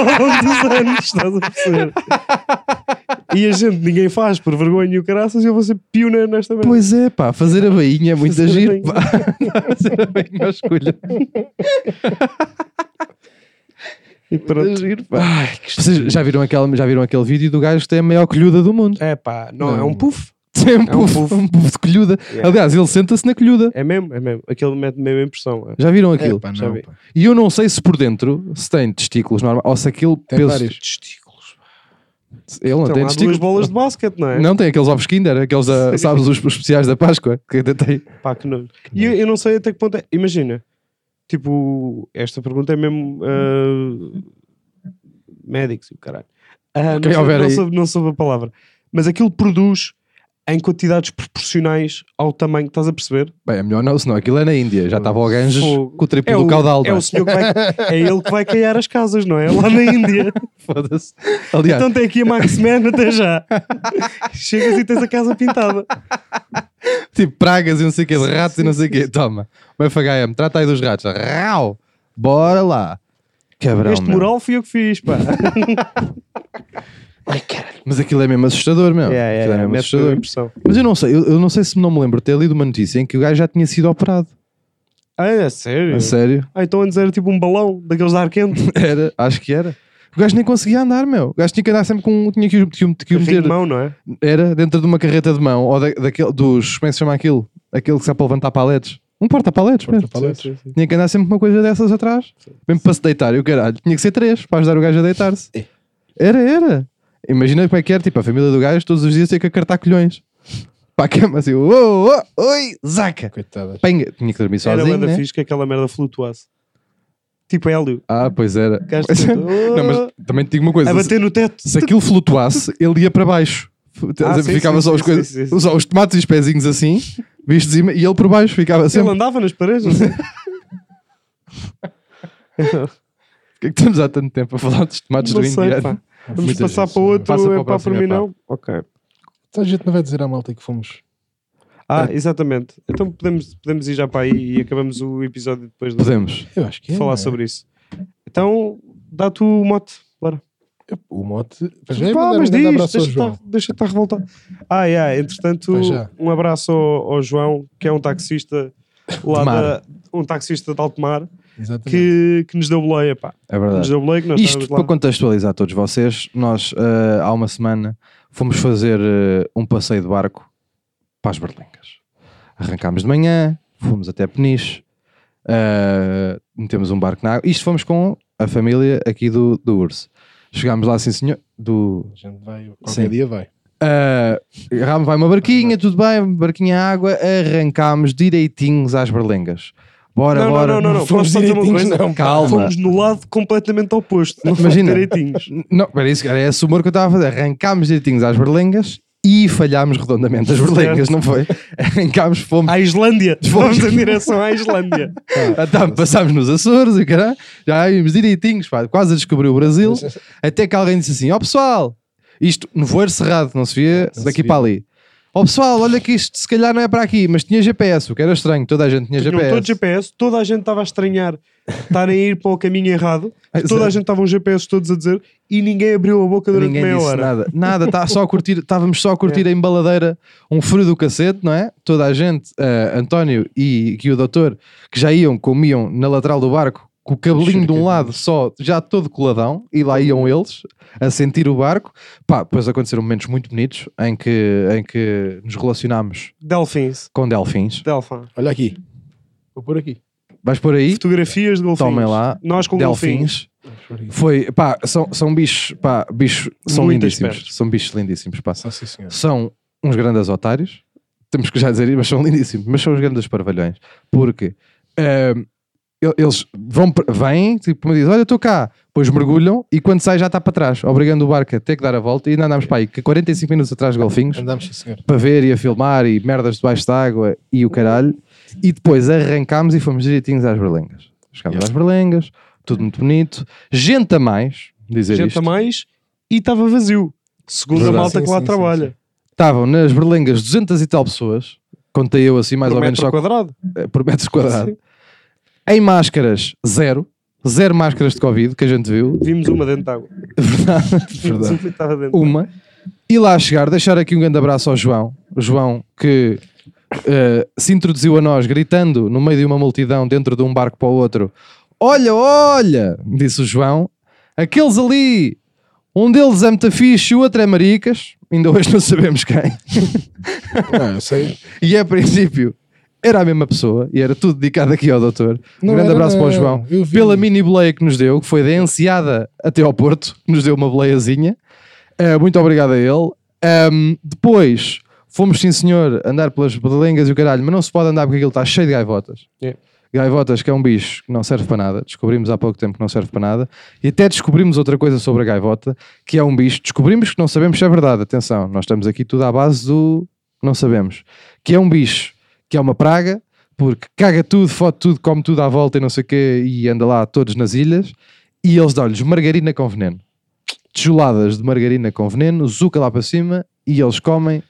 S1: longo, ao longo dos anos, estás a perceber? E a gente, ninguém faz, por vergonha e o caraças, eu vou ser pioneiro nesta merda.
S2: Pois é, pá, fazer a bainha é muito
S1: Fazer a
S2: giro.
S1: bainha.
S2: pá. fazer a bainha à escolha.
S1: E
S2: Muito
S1: pronto.
S2: giro, pá. Vocês já viram, aquele, já viram aquele vídeo do gajo que tem a maior colhuda do mundo?
S1: É pá, não, é
S3: Não.
S1: um puff.
S2: Tem um,
S1: É um
S2: puff,
S1: puff. É.
S2: um puff de colhuda.
S1: Yeah.
S2: Aliás, ele senta-se na colhuda.
S1: É mesmo, é mesmo. Aquele mete mesmo a impressão. é.
S2: Já viram
S3: É,
S2: aquilo?
S3: pá,
S1: já
S3: não,
S1: vi.
S3: pá.
S2: E eu não sei se por dentro se tem testículos normal ou se aquilo
S3: Tem
S2: peso-
S3: vários.
S1: Testículos.
S2: Ele não
S1: Tem lá Então,
S2: tem
S1: duas
S2: testículos.
S1: bolas de basquete, não é?
S2: Não tem aqueles ovos Kinder, aqueles, da, sabes, os, os especiais da Páscoa que ainda tem.
S1: Pá, que nojo. E eu, eu não sei até que ponto é. Imagina, tipo, esta pergunta é mesmo. ah, médicos e o caralho. Ah,
S2: Quem
S1: não, soube,
S2: houver
S1: não,
S2: aí.
S1: soube, não soube a palavra. Mas aquilo produz em quantidades proporcionais ao tamanho, estás a perceber?
S2: Bem, é melhor não, senão aquilo é na Índia. Já estava ao Ganges
S1: Fogo.
S2: com o triplo
S1: É
S2: do
S1: o-
S2: caudal.
S1: É
S2: não
S1: o senhor que vai, é ele que vai caiar as casas, não é? Lá na Índia.
S2: Foda-se. Aliás,
S1: Então tem aqui a Max Man até já. Chegas e tens a casa pintada.
S2: tipo pragas e não sei o quê, de ratos e não sei o quê. Toma, é o FHM, trata aí dos ratos. Rau! Bora lá! Cabrão,
S1: este
S2: meu.
S1: mural fui eu que fiz, pá.
S2: Mas aquilo é mesmo assustador, meu. Aquilo é mesmo
S1: mete a
S2: assustador.
S1: impressão.
S2: Mas eu não sei, eu, eu não sei se não me lembro de ter lido uma notícia em que o gajo já tinha sido operado.
S1: Ah, é sério?
S2: A sério?
S1: Ah, então antes era tipo um balão daqueles de ar quente. tipo
S2: Era, acho que era. O gajo nem conseguia andar, meu. O gajo tinha que andar sempre com. um, Tinha que, o- que, o- que o
S1: Rim de
S2: meter.
S1: mão, não é?
S2: Era dentro de uma carreta de mão ou da, daquele, dos. Como é que se chama aquilo? Aquele que sai para levantar paletes. Um porta-paletes, mesmo.
S3: Paletes.
S2: Tinha que andar sempre com uma coisa dessas atrás. Mesmo para se deitar, eu caralho. Tinha que ser três para ajudar o gajo a deitar-se. Era, era. Imagina como é que era, tipo, a família do gajo todos os dias tinha que acartar colhões. Para a cama, assim, oh, oh, oi, zaca.
S3: Coitadas.
S2: Penga. Tinha que dormir
S1: Era
S2: sozinho,
S1: banda
S2: né?
S1: fixe que aquela merda flutuasse. Tipo Hélio.
S2: Ah, pois era.
S1: Gajo
S2: Pois era.
S1: todo,
S2: Não, mas também te digo uma coisa.
S1: A
S2: Se,
S1: bater no teto.
S2: se aquilo flutuasse, ele ia para baixo.
S1: Ah, sim,
S2: ficava
S1: sim,
S2: só,
S1: sim,
S2: os coisas,
S1: sim, sim.
S2: só os tomates e os pezinhos assim, vistos, e e ele por baixo ficava
S1: Ele
S2: sempre.
S1: andava nas paredes, não sei.
S2: Porquê é que estamos há tanto tempo a falar dos tomates
S1: Não
S2: do
S1: sei,
S2: indiano?
S1: pá. Vamos
S2: Muita
S1: passar
S3: gente,
S1: para o
S3: sim.
S1: outro,
S2: Passa para a
S1: é pá, para
S2: próxima,
S1: mim
S2: pá.
S1: não. Ok.
S3: Então a gente não vai dizer à malta que fomos.
S1: Ah,
S2: É.
S1: exatamente. Então podemos, podemos ir já para aí e acabamos o episódio depois de
S2: Podemos.
S3: Eu acho que é.
S1: falar
S3: não é?
S1: sobre isso. Então, dá-te o mote. Bora.
S3: O mote. Para já é
S1: Pá,
S3: mandar um
S1: mas
S3: grande
S1: diz,
S3: abraço ao
S1: deixa-te
S3: João.
S1: estar- deixa-te estar revoltado. Ah, yeah, entretanto,
S3: Vai já.
S1: um abraço ao, ao João, que é um taxista lá
S2: De mar.
S1: da, um taxista de Alto Mar,
S3: Exatamente.
S1: que, que nos deu boleia, pá.
S2: É
S1: Que
S2: verdade.
S1: Nos deu boleia que nós
S2: Isto
S1: estávamos
S2: para
S1: lá.
S2: contextualizar a todos vocês, nós eh, há uma semana fomos fazer eh, um passeio de barco para as Berlingas. Arrancámos de manhã, fomos até Peniche, eh, metemos um barco na água. Isto fomos com a família aqui do, do Urso. Chegámos lá, sim senhor, do,
S3: A gente vai. Qualquer
S2: Sim.
S3: dia vai.
S2: ah, agarrámos- vai uma barquinha, tudo bem, barquinha à água, arrancámos direitinhos às berlengas. Bora,
S1: Não, não,
S2: bora.
S1: não, não, não.
S3: Fomos
S1: posso só dizer uma
S3: direitinhos,
S1: coisa?
S3: não. pá.
S2: Calma.
S1: Fomos no lado completamente oposto. Não fomos
S2: Imagina.
S1: direitinhos.
S2: Não, era isso, era é esse humor que eu estava a fazer. Arrancámos direitinhos às berlengas e falhámos redondamente as berlengas, não foi? Arrancámos, fomos.
S1: à Islândia. Vamos em direção à Islândia.
S2: Ah, tá, passámos nos Açores e caralho, já íamos direitinhos, pá, quase a descobrir o Brasil. Até que alguém disse assim: Ó pessoal, isto no voeiro cerrado, não se via
S3: Não se
S2: daqui
S3: via.
S2: para ali. Ó pessoal, olha que isto se calhar não é para aqui, mas tinha GPS, o que era estranho, toda a gente tinha
S1: Tinham
S2: GPS.
S1: todo GPS, toda a gente estava a estranhar estarem a ir para o caminho errado,
S2: Exato.
S1: toda a gente estava um GPS todos a dizer e ninguém abriu a boca durante
S2: Ninguém
S1: meia
S2: disse
S1: hora.
S2: nada, nada, tá só a curtir, estávamos só a curtir
S1: É.
S2: em baladeira um frio do cacete, não é? Toda a gente, eh, António e, e o doutor, que já iam, comiam na lateral do barco, com o cabelinho de um lado só, já todo coladão, e lá iam eles a sentir o barco. Pá, depois aconteceram momentos muito bonitos em que, em que nos relacionámos
S1: Delfins.
S2: com delfins.
S1: Delfim.
S3: Olha aqui. Vou por aqui.
S2: Vais por aí,
S1: Fotografias de golfinhos.
S2: tomem lá.
S1: Nós com golfinhos.
S2: delfins.
S3: Vamos por aí.
S2: Foi, pá, são, são bichos, pá, bichos, são
S1: Muito
S2: lindíssimos.
S1: espertos.
S2: São bichos lindíssimos, pá.
S3: Só sim, senhor.
S2: são uns grandes otários, temos que já dizer, isso, mas são lindíssimos, mas são os grandes parvalhões, porque ehm, el- eles vão, pra- vêm, tipo, me dizem, olha, estou cá, depois mergulham e quando sai já está para trás, obrigando o barco a ter que dar a volta e ainda andámos para aí, que 45 minutos atrás de golfinhos,
S3: Andámos, sim, senhor.
S2: para ver e a filmar e merdas debaixo d'água e o caralho, e depois arrancámos e fomos direitinhos às berlengas. Chegámos
S3: Yeah.
S2: às berlengas, tudo muito bonito, gente a mais, dizer
S1: Gente
S2: isto.
S1: a mais e estava vazio. Segundo a
S2: Verdade.
S1: malta
S3: Sim,
S1: que lá
S3: sim,
S1: trabalha.
S3: sim,
S2: Estavam nas berlengas 200 e tal pessoas, contei eu assim mais
S1: Por
S2: ou menos
S1: Um metro
S2: só
S1: quadrado.
S2: eh, por metro quadrado. Em máscaras, zero. Zero máscaras de Covid que a gente viu.
S1: Vimos uma dentro de água. Vimos uma que estava dentro.
S2: Uma. E lá a chegar, deixar aqui um grande abraço ao João. O João que eh, se introduziu a nós gritando no meio de uma multidão, dentro de um barco para o outro: Olha, olha! Disse o João. Aqueles ali, um deles é muito fixe e o outro é maricas. Ainda hoje não sabemos quem.
S3: Não, eu sei.
S2: E é, a princípio era a mesma pessoa e era tudo dedicado aqui ao doutor.
S3: Não
S2: um grande
S3: era,
S2: abraço para o
S3: não.
S2: João.
S3: Eu vi.
S2: Pela mini boleia que nos deu, que foi da Enseada até ao Porto, que nos deu uma boleiazinha. Eh, muito obrigado a ele. Ahm, depois fomos, sim senhor, andar pelas belengas e o caralho, mas não se pode andar porque aquilo está cheio de gaivotas.
S1: É.
S2: Gaivotas, que é um bicho que não serve para nada, descobrimos há pouco tempo que não serve para nada, e até descobrimos outra coisa sobre a gaivota, que é um bicho, descobrimos que não sabemos se é verdade, atenção, nós estamos aqui tudo à base do, Não sabemos. Que é um bicho, que é uma praga, porque caga tudo, fode tudo, come tudo à volta e não sei o quê, e anda lá todos nas ilhas, e eles dão-lhes margarina com veneno. Tijoladas de margarina com veneno, zuca lá para cima, e eles comem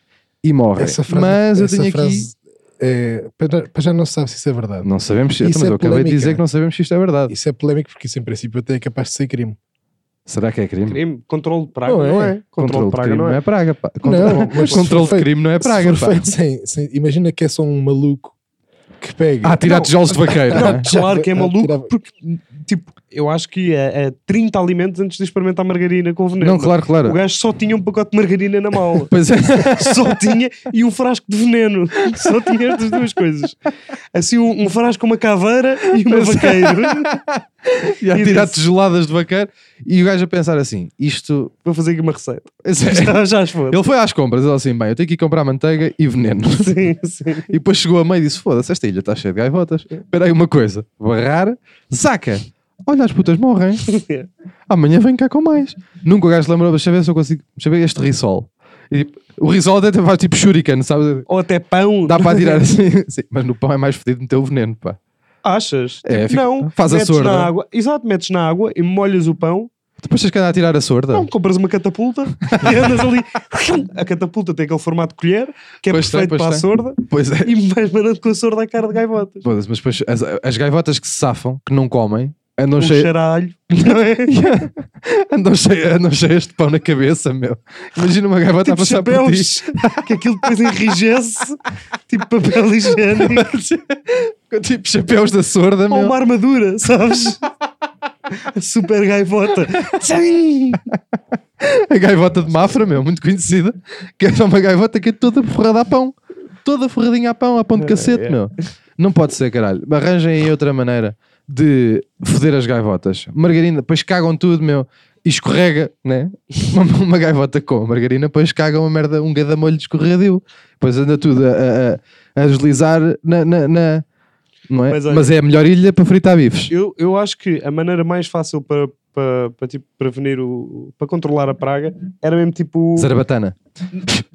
S2: e morrem.
S3: Essa frase,
S2: Mas eu
S3: essa
S2: tenho
S3: frase é, para, para já não se sabe se isso é verdade.
S2: aqui... Não sabemos se...
S3: Isso
S2: Então, mas
S3: é
S2: eu acabei de
S3: polémica.
S2: dizer que não sabemos se isto é verdade.
S3: Isso é polémico porque isso em princípio até é capaz de ser crime.
S2: Será que é crime?
S1: Crime, controle de praga,
S3: Não
S1: não
S3: é.
S1: é? Controle de praga,
S2: crime
S1: não é?
S2: praga. pá. Controle,
S3: mas se
S2: controle
S3: for
S2: de
S3: feito-
S2: crime não é
S3: Se
S2: praga.
S3: for
S2: pá.
S3: feito sem- sem- imagina que é só um maluco que pega.
S2: Ah, tirar tijolos de vaqueiro. não é?
S1: Claro que é
S3: Ah,
S1: maluco,
S3: tirava-
S1: porque, tipo, eu acho que é, é 30 alimentos antes de experimentar margarina com veneno.
S2: Não, claro,
S1: O
S2: claro.
S1: gajo só tinha um pacote de margarina na mala.
S2: Pois é.
S1: só tinha e um frasco de veneno. Só tinha estas duas coisas. Assim, um, um frasco com uma caveira e uma vaqueiro.
S2: E a
S1: E
S2: tirar
S1: disse-
S2: tijoladas de vaqueiro. E o gajo a pensar assim: isto.
S1: Vou fazer aqui uma receita. Já, já as foi.
S2: Ele foi às compras, ele assim: bem, eu tenho que ir comprar manteiga e veneno.
S1: Sim, sim.
S2: E depois chegou a meio e disse: foda-se, esta ilha está cheia de gaivotas. Espera aí uma coisa: barrar, saca. Olha, as putas morrem. Amanhã vem cá com mais. Nunca o gajo lembrou, deixa eu ver se eu consigo. Deixa eu ver este risol. E, tipo, o risol até faz tipo shuriken, sabe?
S1: Ou até pão.
S2: Dá para tirar assim. Sim, mas no pão é mais fedido meter o veneno, pá.
S1: Achas?
S2: É,
S1: Tipo,
S2: fica-
S1: Não.
S2: faz a
S1: metes
S2: sorda.
S1: na água. Exato, metes na água e molhas o pão.
S2: Depois tens que andar a tirar a sorda.
S1: Não, compras uma catapulta e andas ali. A catapulta tem aquele formato de colher, que é
S2: Pois tem,
S1: perfeito
S2: pois
S1: para
S2: tem.
S1: a sorda,
S2: Pois é.
S1: e vais mandando com a sorda a cara de gaivotas.
S2: Foda-se, mas depois as, as gaivotas que se safam, que não comem, andam,
S1: Um
S2: cheia-
S1: cheiro a alho, não é?
S2: andam, cheia- andam cheias de pão na cabeça, meu. Imagina uma gaivota a
S1: tipo
S2: passar por ti.
S1: chapéus, que aquilo depois enrijece, tipo papel higiênico,
S2: Com tipo chapéus da sorda,
S1: ou
S2: meu.
S1: uma armadura, sabes? A super gaivota. Tchim!
S2: A gaivota de Mafra, meu, muito conhecida. Que é uma gaivota que é toda forrada a pão. Toda forradinha a pão, a pão
S1: É,
S2: de cacete, meu. Não pode ser, caralho. Arranjem aí outra maneira de foder as gaivotas. Margarina, depois cagam tudo, meu. E escorrega, né? Uma, uma gaivota com a margarina, depois caga uma merda, um gadamolho escorregadio. Depois anda tudo a, a- a- a deslizar na. na- na- não é?
S1: Mas
S2: Mas,
S1: olha-
S2: é a melhor ilha para fritar bifes.
S1: Eu, eu acho que a maneira mais fácil para, para, para tipo, prevenir o. para controlar a praga era mesmo tipo.
S2: Zarabatana.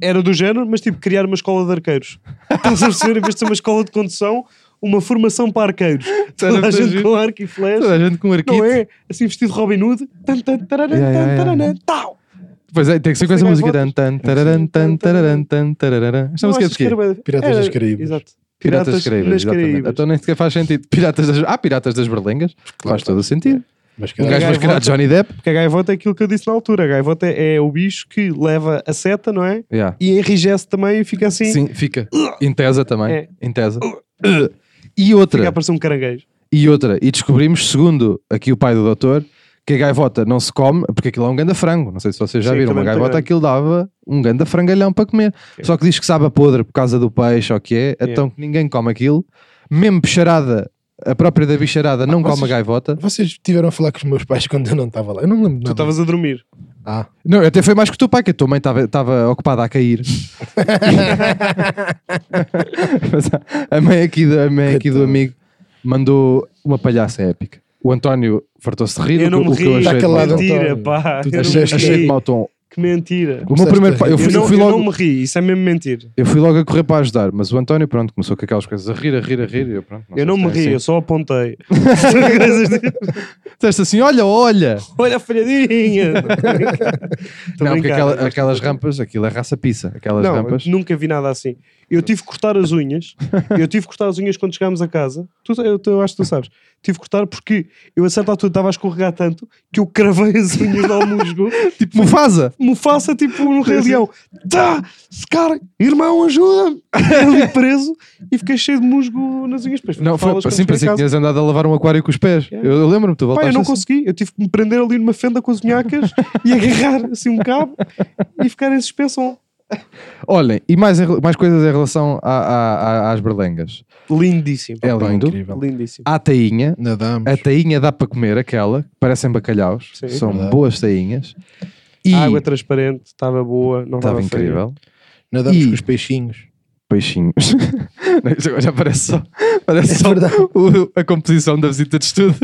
S1: Era do género, mas tipo criar uma escola de arqueiros. Estás a perceber? Em vez de ser uma escola de condução, uma formação para arqueiros.
S2: Era
S1: Toda a
S2: muito
S1: gente
S2: giro.
S1: com arco e
S2: Toda
S1: flecha.
S2: a gente com um arquite.
S1: Não é? Assim vestido de Robin Hood. Tan, tan, tararan,
S2: Yeah, yeah,
S1: tan,
S2: yeah.
S1: tararan, Tau!
S2: Pois é, tem que ser
S1: Tem
S2: com essa música.
S1: gaivotas.
S2: Tan, tan, tararan, tan, tararan, tan, tararan. Esta
S1: Não
S2: música é
S1: achas que
S2: de quê?
S1: era bué-
S3: Piratas
S1: era-
S3: das Caraíbas.
S1: Exato.
S2: Piratas das Caraíbas.
S1: das
S2: exatamente.
S1: Caraíbas.
S2: Então nem sequer faz sentido. Piratas das... Ah, Piratas das Berlengas. faz todo o sentido.
S3: Mas
S2: Um gajo
S1: gaivota.
S2: mascarado de Johnny Depp.
S1: Porque a gaivota é aquilo que eu disse na altura. A gaivota é o bicho que leva a seta, não é?
S2: Yeah.
S1: E enrijece também e fica assim.
S2: Sim, fica. Intesa também.
S1: É.
S2: Intesa. E
S1: Fica
S2: outra.
S1: a parecer um caranguejo.
S2: E outra. E descobrimos, segundo aqui o pai do doutor, que a gaivota não se come, porque aquilo é um ganda frango. Não sei se vocês já
S1: Sim,
S2: viram. Uma
S1: também muito
S2: gaivota
S1: grande.
S2: aquilo dava um ganda frangalhão para comer. Só que diz que sabe a podre por causa do peixe ou o que é. Então que ninguém come aquilo. Mesmo bicharada, a própria da bicharada
S1: Ah,
S2: não come a
S3: vocês-
S2: gaivota.
S3: Vocês tiveram a falar com os meus pais quando eu não estava lá. Eu não me lembro de
S1: Tu
S3: nada.
S1: estavas a dormir.
S3: Ah,
S2: Não, até foi mais que o teu pai, que a tua mãe estava ocupada a cair. Mas a- a mãe aqui, do- a mãe aqui do
S3: Coitado.
S2: amigo mandou uma palhaça épica. O António fartou-se de rir.
S1: Eu
S2: o que-
S1: não me
S2: o que
S1: ri.
S2: eu achei,
S3: Tá
S2: de mau
S3: calado,
S2: tom.
S1: Mentira,
S3: António.
S1: pá.
S3: Tu
S1: Eu não
S3: achei-
S1: me
S2: achei de
S1: ri.
S2: mau tom.
S1: Que mentira.
S2: O meu primeiro
S3: a
S2: pa- eu,
S1: Eu
S2: fui,
S1: não,
S2: fui
S1: eu
S2: logo, eu,
S1: não me ri. Isso é mesmo mentir.
S2: fui logo a correr para ajudar, mas o António, pronto, começou com aquelas coisas a rir, a rir, a rir. e eu, pronto,
S1: eu não me ri.
S2: sei
S1: Eu
S2: se assim.
S1: só apontei. Coisas de-
S2: é assim. Disseste assim: olha, olha.
S1: Olha a falhadinha. Tô
S2: Não, porque
S1: brincando.
S2: aquela- aquelas rampas, aquilo é raça pizza. Aquelas
S1: Não,
S2: rampas.
S1: eu nunca vi nada assim. Eu tive que cortar as unhas. eu tive que cortar as unhas quando chegámos a casa. Tu, eu, tu- eu acho que tu sabes. Tive que cortar porque eu a certa altura estava a escorregar tanto que eu cravei as unhas ao musgo.
S2: Tipo, Mufasa.
S1: Mufasa, tipo no Rei Leão. Tá, cara, irmão, ajuda-me. Ali preso e fiquei cheio de musgo nas unhas. Depois fui
S2: Não, foi
S1: levá-las quando
S2: assim,
S1: cheguei a
S2: parecia que
S1: casa.
S2: tinhas andado a lavar um aquário com os pés.
S1: Yeah.
S2: Eu, eu lembro-me,
S1: Pá,
S2: tu voltaste
S1: É. eu não
S2: assim.
S1: consegui, eu tive que me prender ali numa fenda com as unhacas e agarrar assim um cabo e ficar em suspensão.
S2: Olhem, e mais, em rel- mais coisas em relação a- a- a- às berlengas.
S1: Lindíssimo.
S2: É Ah,
S3: pá,
S2: lindo.
S3: incrível.
S1: Lindíssimo.
S2: Há tainha.
S3: Nadamos.
S2: A tainha dá para comer, aquela. que Parecem bacalhaus.
S1: Sim.
S2: São
S3: Verdade.
S2: boas tainhas. E
S1: A água transparente, estava boa, não
S2: estava
S1: estava fria.
S2: incrível.
S3: Nadamos
S2: E-
S3: com os peixinhos.
S2: Peixinhos. Não, Isto agora já parece só, parece
S3: É
S2: só
S3: verdade.
S2: o- a composição da visita de estudo.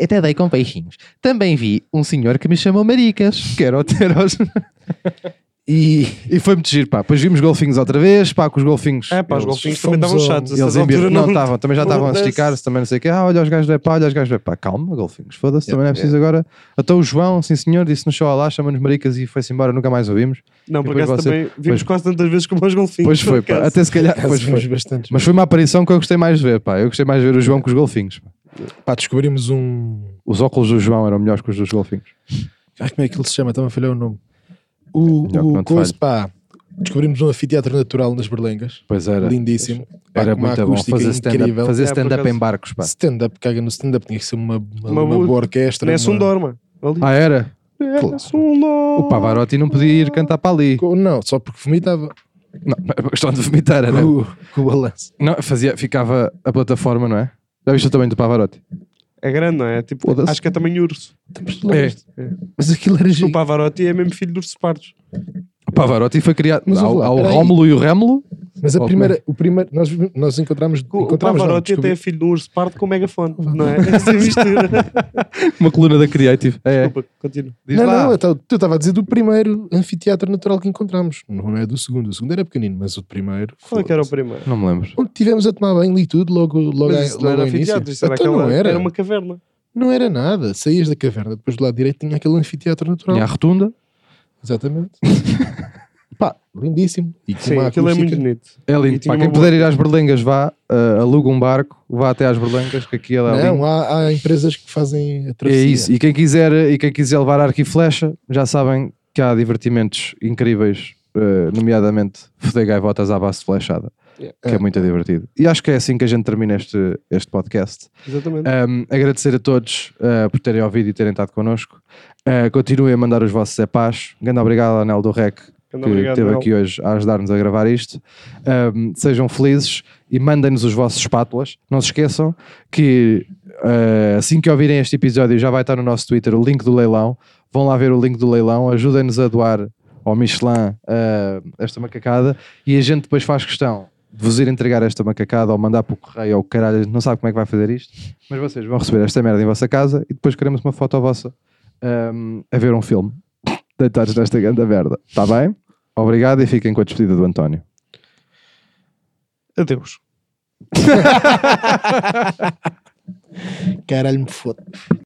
S2: Até dei com peixinhos. Também vi um senhor que me chamou Maricas. Quero ter hoje.
S3: E
S2: E foi muito giro, pá. Depois vimos golfinhos outra vez, pá, com os golfinhos.
S1: É pá, os
S2: eles-
S1: golfinhos também
S3: fomos
S1: estavam
S3: ao-
S1: chatos. a
S2: Eles
S1: certa
S2: em birra.
S1: altura
S2: Não estavam, também já estavam a
S1: Foda-se.
S2: esticar-se, também não sei o quê. Ah, olha, os gajos do pá, olha, os gajos do pá. Calma, golfinhos, foda-se, também não é
S4: Yeah,
S2: preciso agora. Até o João, sim senhor, disse-nos só lá, chama-nos maricas e foi-se embora, nunca mais ouvimos.
S1: Não, por
S2: Depois
S1: acaso
S2: você-
S1: também
S2: Pois-
S1: vimos quase tantas vezes como os golfinhos.
S2: Pois foi,
S1: por
S2: pá.
S1: acaso.
S2: Até se calhar.
S3: pois
S2: Pois foi.
S3: bastantes.
S2: Mas foi uma aparição que eu gostei mais de ver, pá. Eu gostei mais de ver o João com os golfinhos. pá.
S3: Pá, descobrimos um.
S2: Os óculos do João eram melhores que os dos golfinhos.
S3: Ai, como é que ele se chama? Estava a falhar o nome. O,
S2: Melhor que não
S3: o
S2: te
S3: coisa, pá. Descobrimos um anfiteatro natural nas Berlengas.
S2: Pois era.
S3: Lindíssimo. É
S2: Era
S3: com uma
S2: muito bom.
S3: acústica
S2: Fazer stand-up
S3: incrível.
S2: fazer
S1: É,
S2: stand-up
S1: por acaso.
S2: em barcos, pá.
S3: Stand-up, caga no stand-up. Tinha que ser uma, uma,
S1: Uma
S3: uma
S1: boa-
S3: boa orquestra.
S1: Não é
S3: uma-
S1: Sundorma. Ali.
S2: Ah, era?
S1: É
S2: claro.
S1: Sundorma.
S2: O Pavarotti não podia ir cantar para ali.
S3: Co- Não, só porque vomitava.
S2: Não, a questão de vomitar era.
S3: Com, o- com o balanço.
S2: Não, fazia, ficava a plataforma, não é? Já viste o tamanho do Pavarotti?
S1: É grande, não é? Tipo,
S2: Foda-se.
S1: acho que é também urso.
S2: É.
S3: Mas aquilo era
S1: O
S3: gigante.
S1: Pavarotti é mesmo filho de urso pardos.
S2: O Pavarotti foi criado.
S3: Mas
S2: há, o-
S3: ouve lá,
S2: há o
S3: peraí.
S2: Rómulo e o Rémulo.
S3: Mas a
S2: Ou
S3: primeira, o primeiro, nós, nós encontramos,
S1: O, o
S3: encontramos não,
S1: Pavarotti até é
S3: descobri-
S1: filho de um urso pardo com megafone, não é? Essa mistura.
S2: Uma coluna da Creative. É.
S1: Desculpa, continua.
S2: Diz
S3: não,
S2: lá.
S3: não, eu tava- eu estava a dizer do primeiro anfiteatro natural que encontramos. Não é do segundo, o segundo era pequenino, mas o primeiro.
S1: Qual é que era o
S3: foda-se.
S1: primeiro?
S2: Não me lembro.
S3: Onde tivemos a tomar banho e tudo logo, logo,
S1: Mas
S3: a-
S1: isso
S3: logo
S1: não era
S3: ao início.
S1: anfiteatro, isso era
S3: Então
S1: aquela.
S3: não
S1: Era.
S3: era.
S1: uma caverna.
S3: Não era nada. Saías da caverna, depois do lado direito tinha aquele anfiteatro natural.
S2: Tinha a rotunda.
S3: Exatamente. Pá, lindíssimo. E tinha
S1: Sim,
S3: uma
S1: aquilo é
S3: acústica.
S1: muito bonito.
S2: É
S1: E
S2: lindo.
S1: tinha
S2: Pá,
S1: uma
S2: quem
S1: boa-
S2: puder ir às Berlengas, vá, ah, aluga um barco, vá até às Berlengas, que aquilo é lindo.
S3: Não, há, há empresas que fazem a
S2: É
S3: travessia.
S2: isso. E quem quiser, eh, e quem quiser levar arco e flecha, já sabem que há divertimentos incríveis, eh, nomeadamente foder gaivotas à base de flechada,
S1: Yeah.
S2: que é. muito divertido. E acho que é assim que a gente termina este, este podcast.
S1: Exatamente.
S2: Um, agradecer a todos uh, por terem ouvido e terem estado connosco. Uh, continuem a mandar os vossos epás. Grande obrigado, Anel do Rec, que
S1: Grande obrigado,
S2: esteve
S1: Anel.
S2: aqui hoje a ajudar-nos a gravar isto. Um, sejam felizes e mandem-nos os vossos espátulas. Não se esqueçam que uh, assim que ouvirem este episódio já vai estar no nosso Twitter o link do leilão. Vão lá ver o link do leilão, ajudem-nos a doar ao Michelin uh, esta macacada e a gente depois faz questão de vos ir entregar esta macacada ou mandar para o correio ou caralho, a gente não sabe como é que vai fazer isto, mas vocês vão receber esta merda em vossa casa e depois queremos uma foto vossa um, a ver um filme deitados nesta grande merda, está bem? Obrigado e fiquem com a despedida do António.
S1: Adeus.
S3: Caralho, me foda.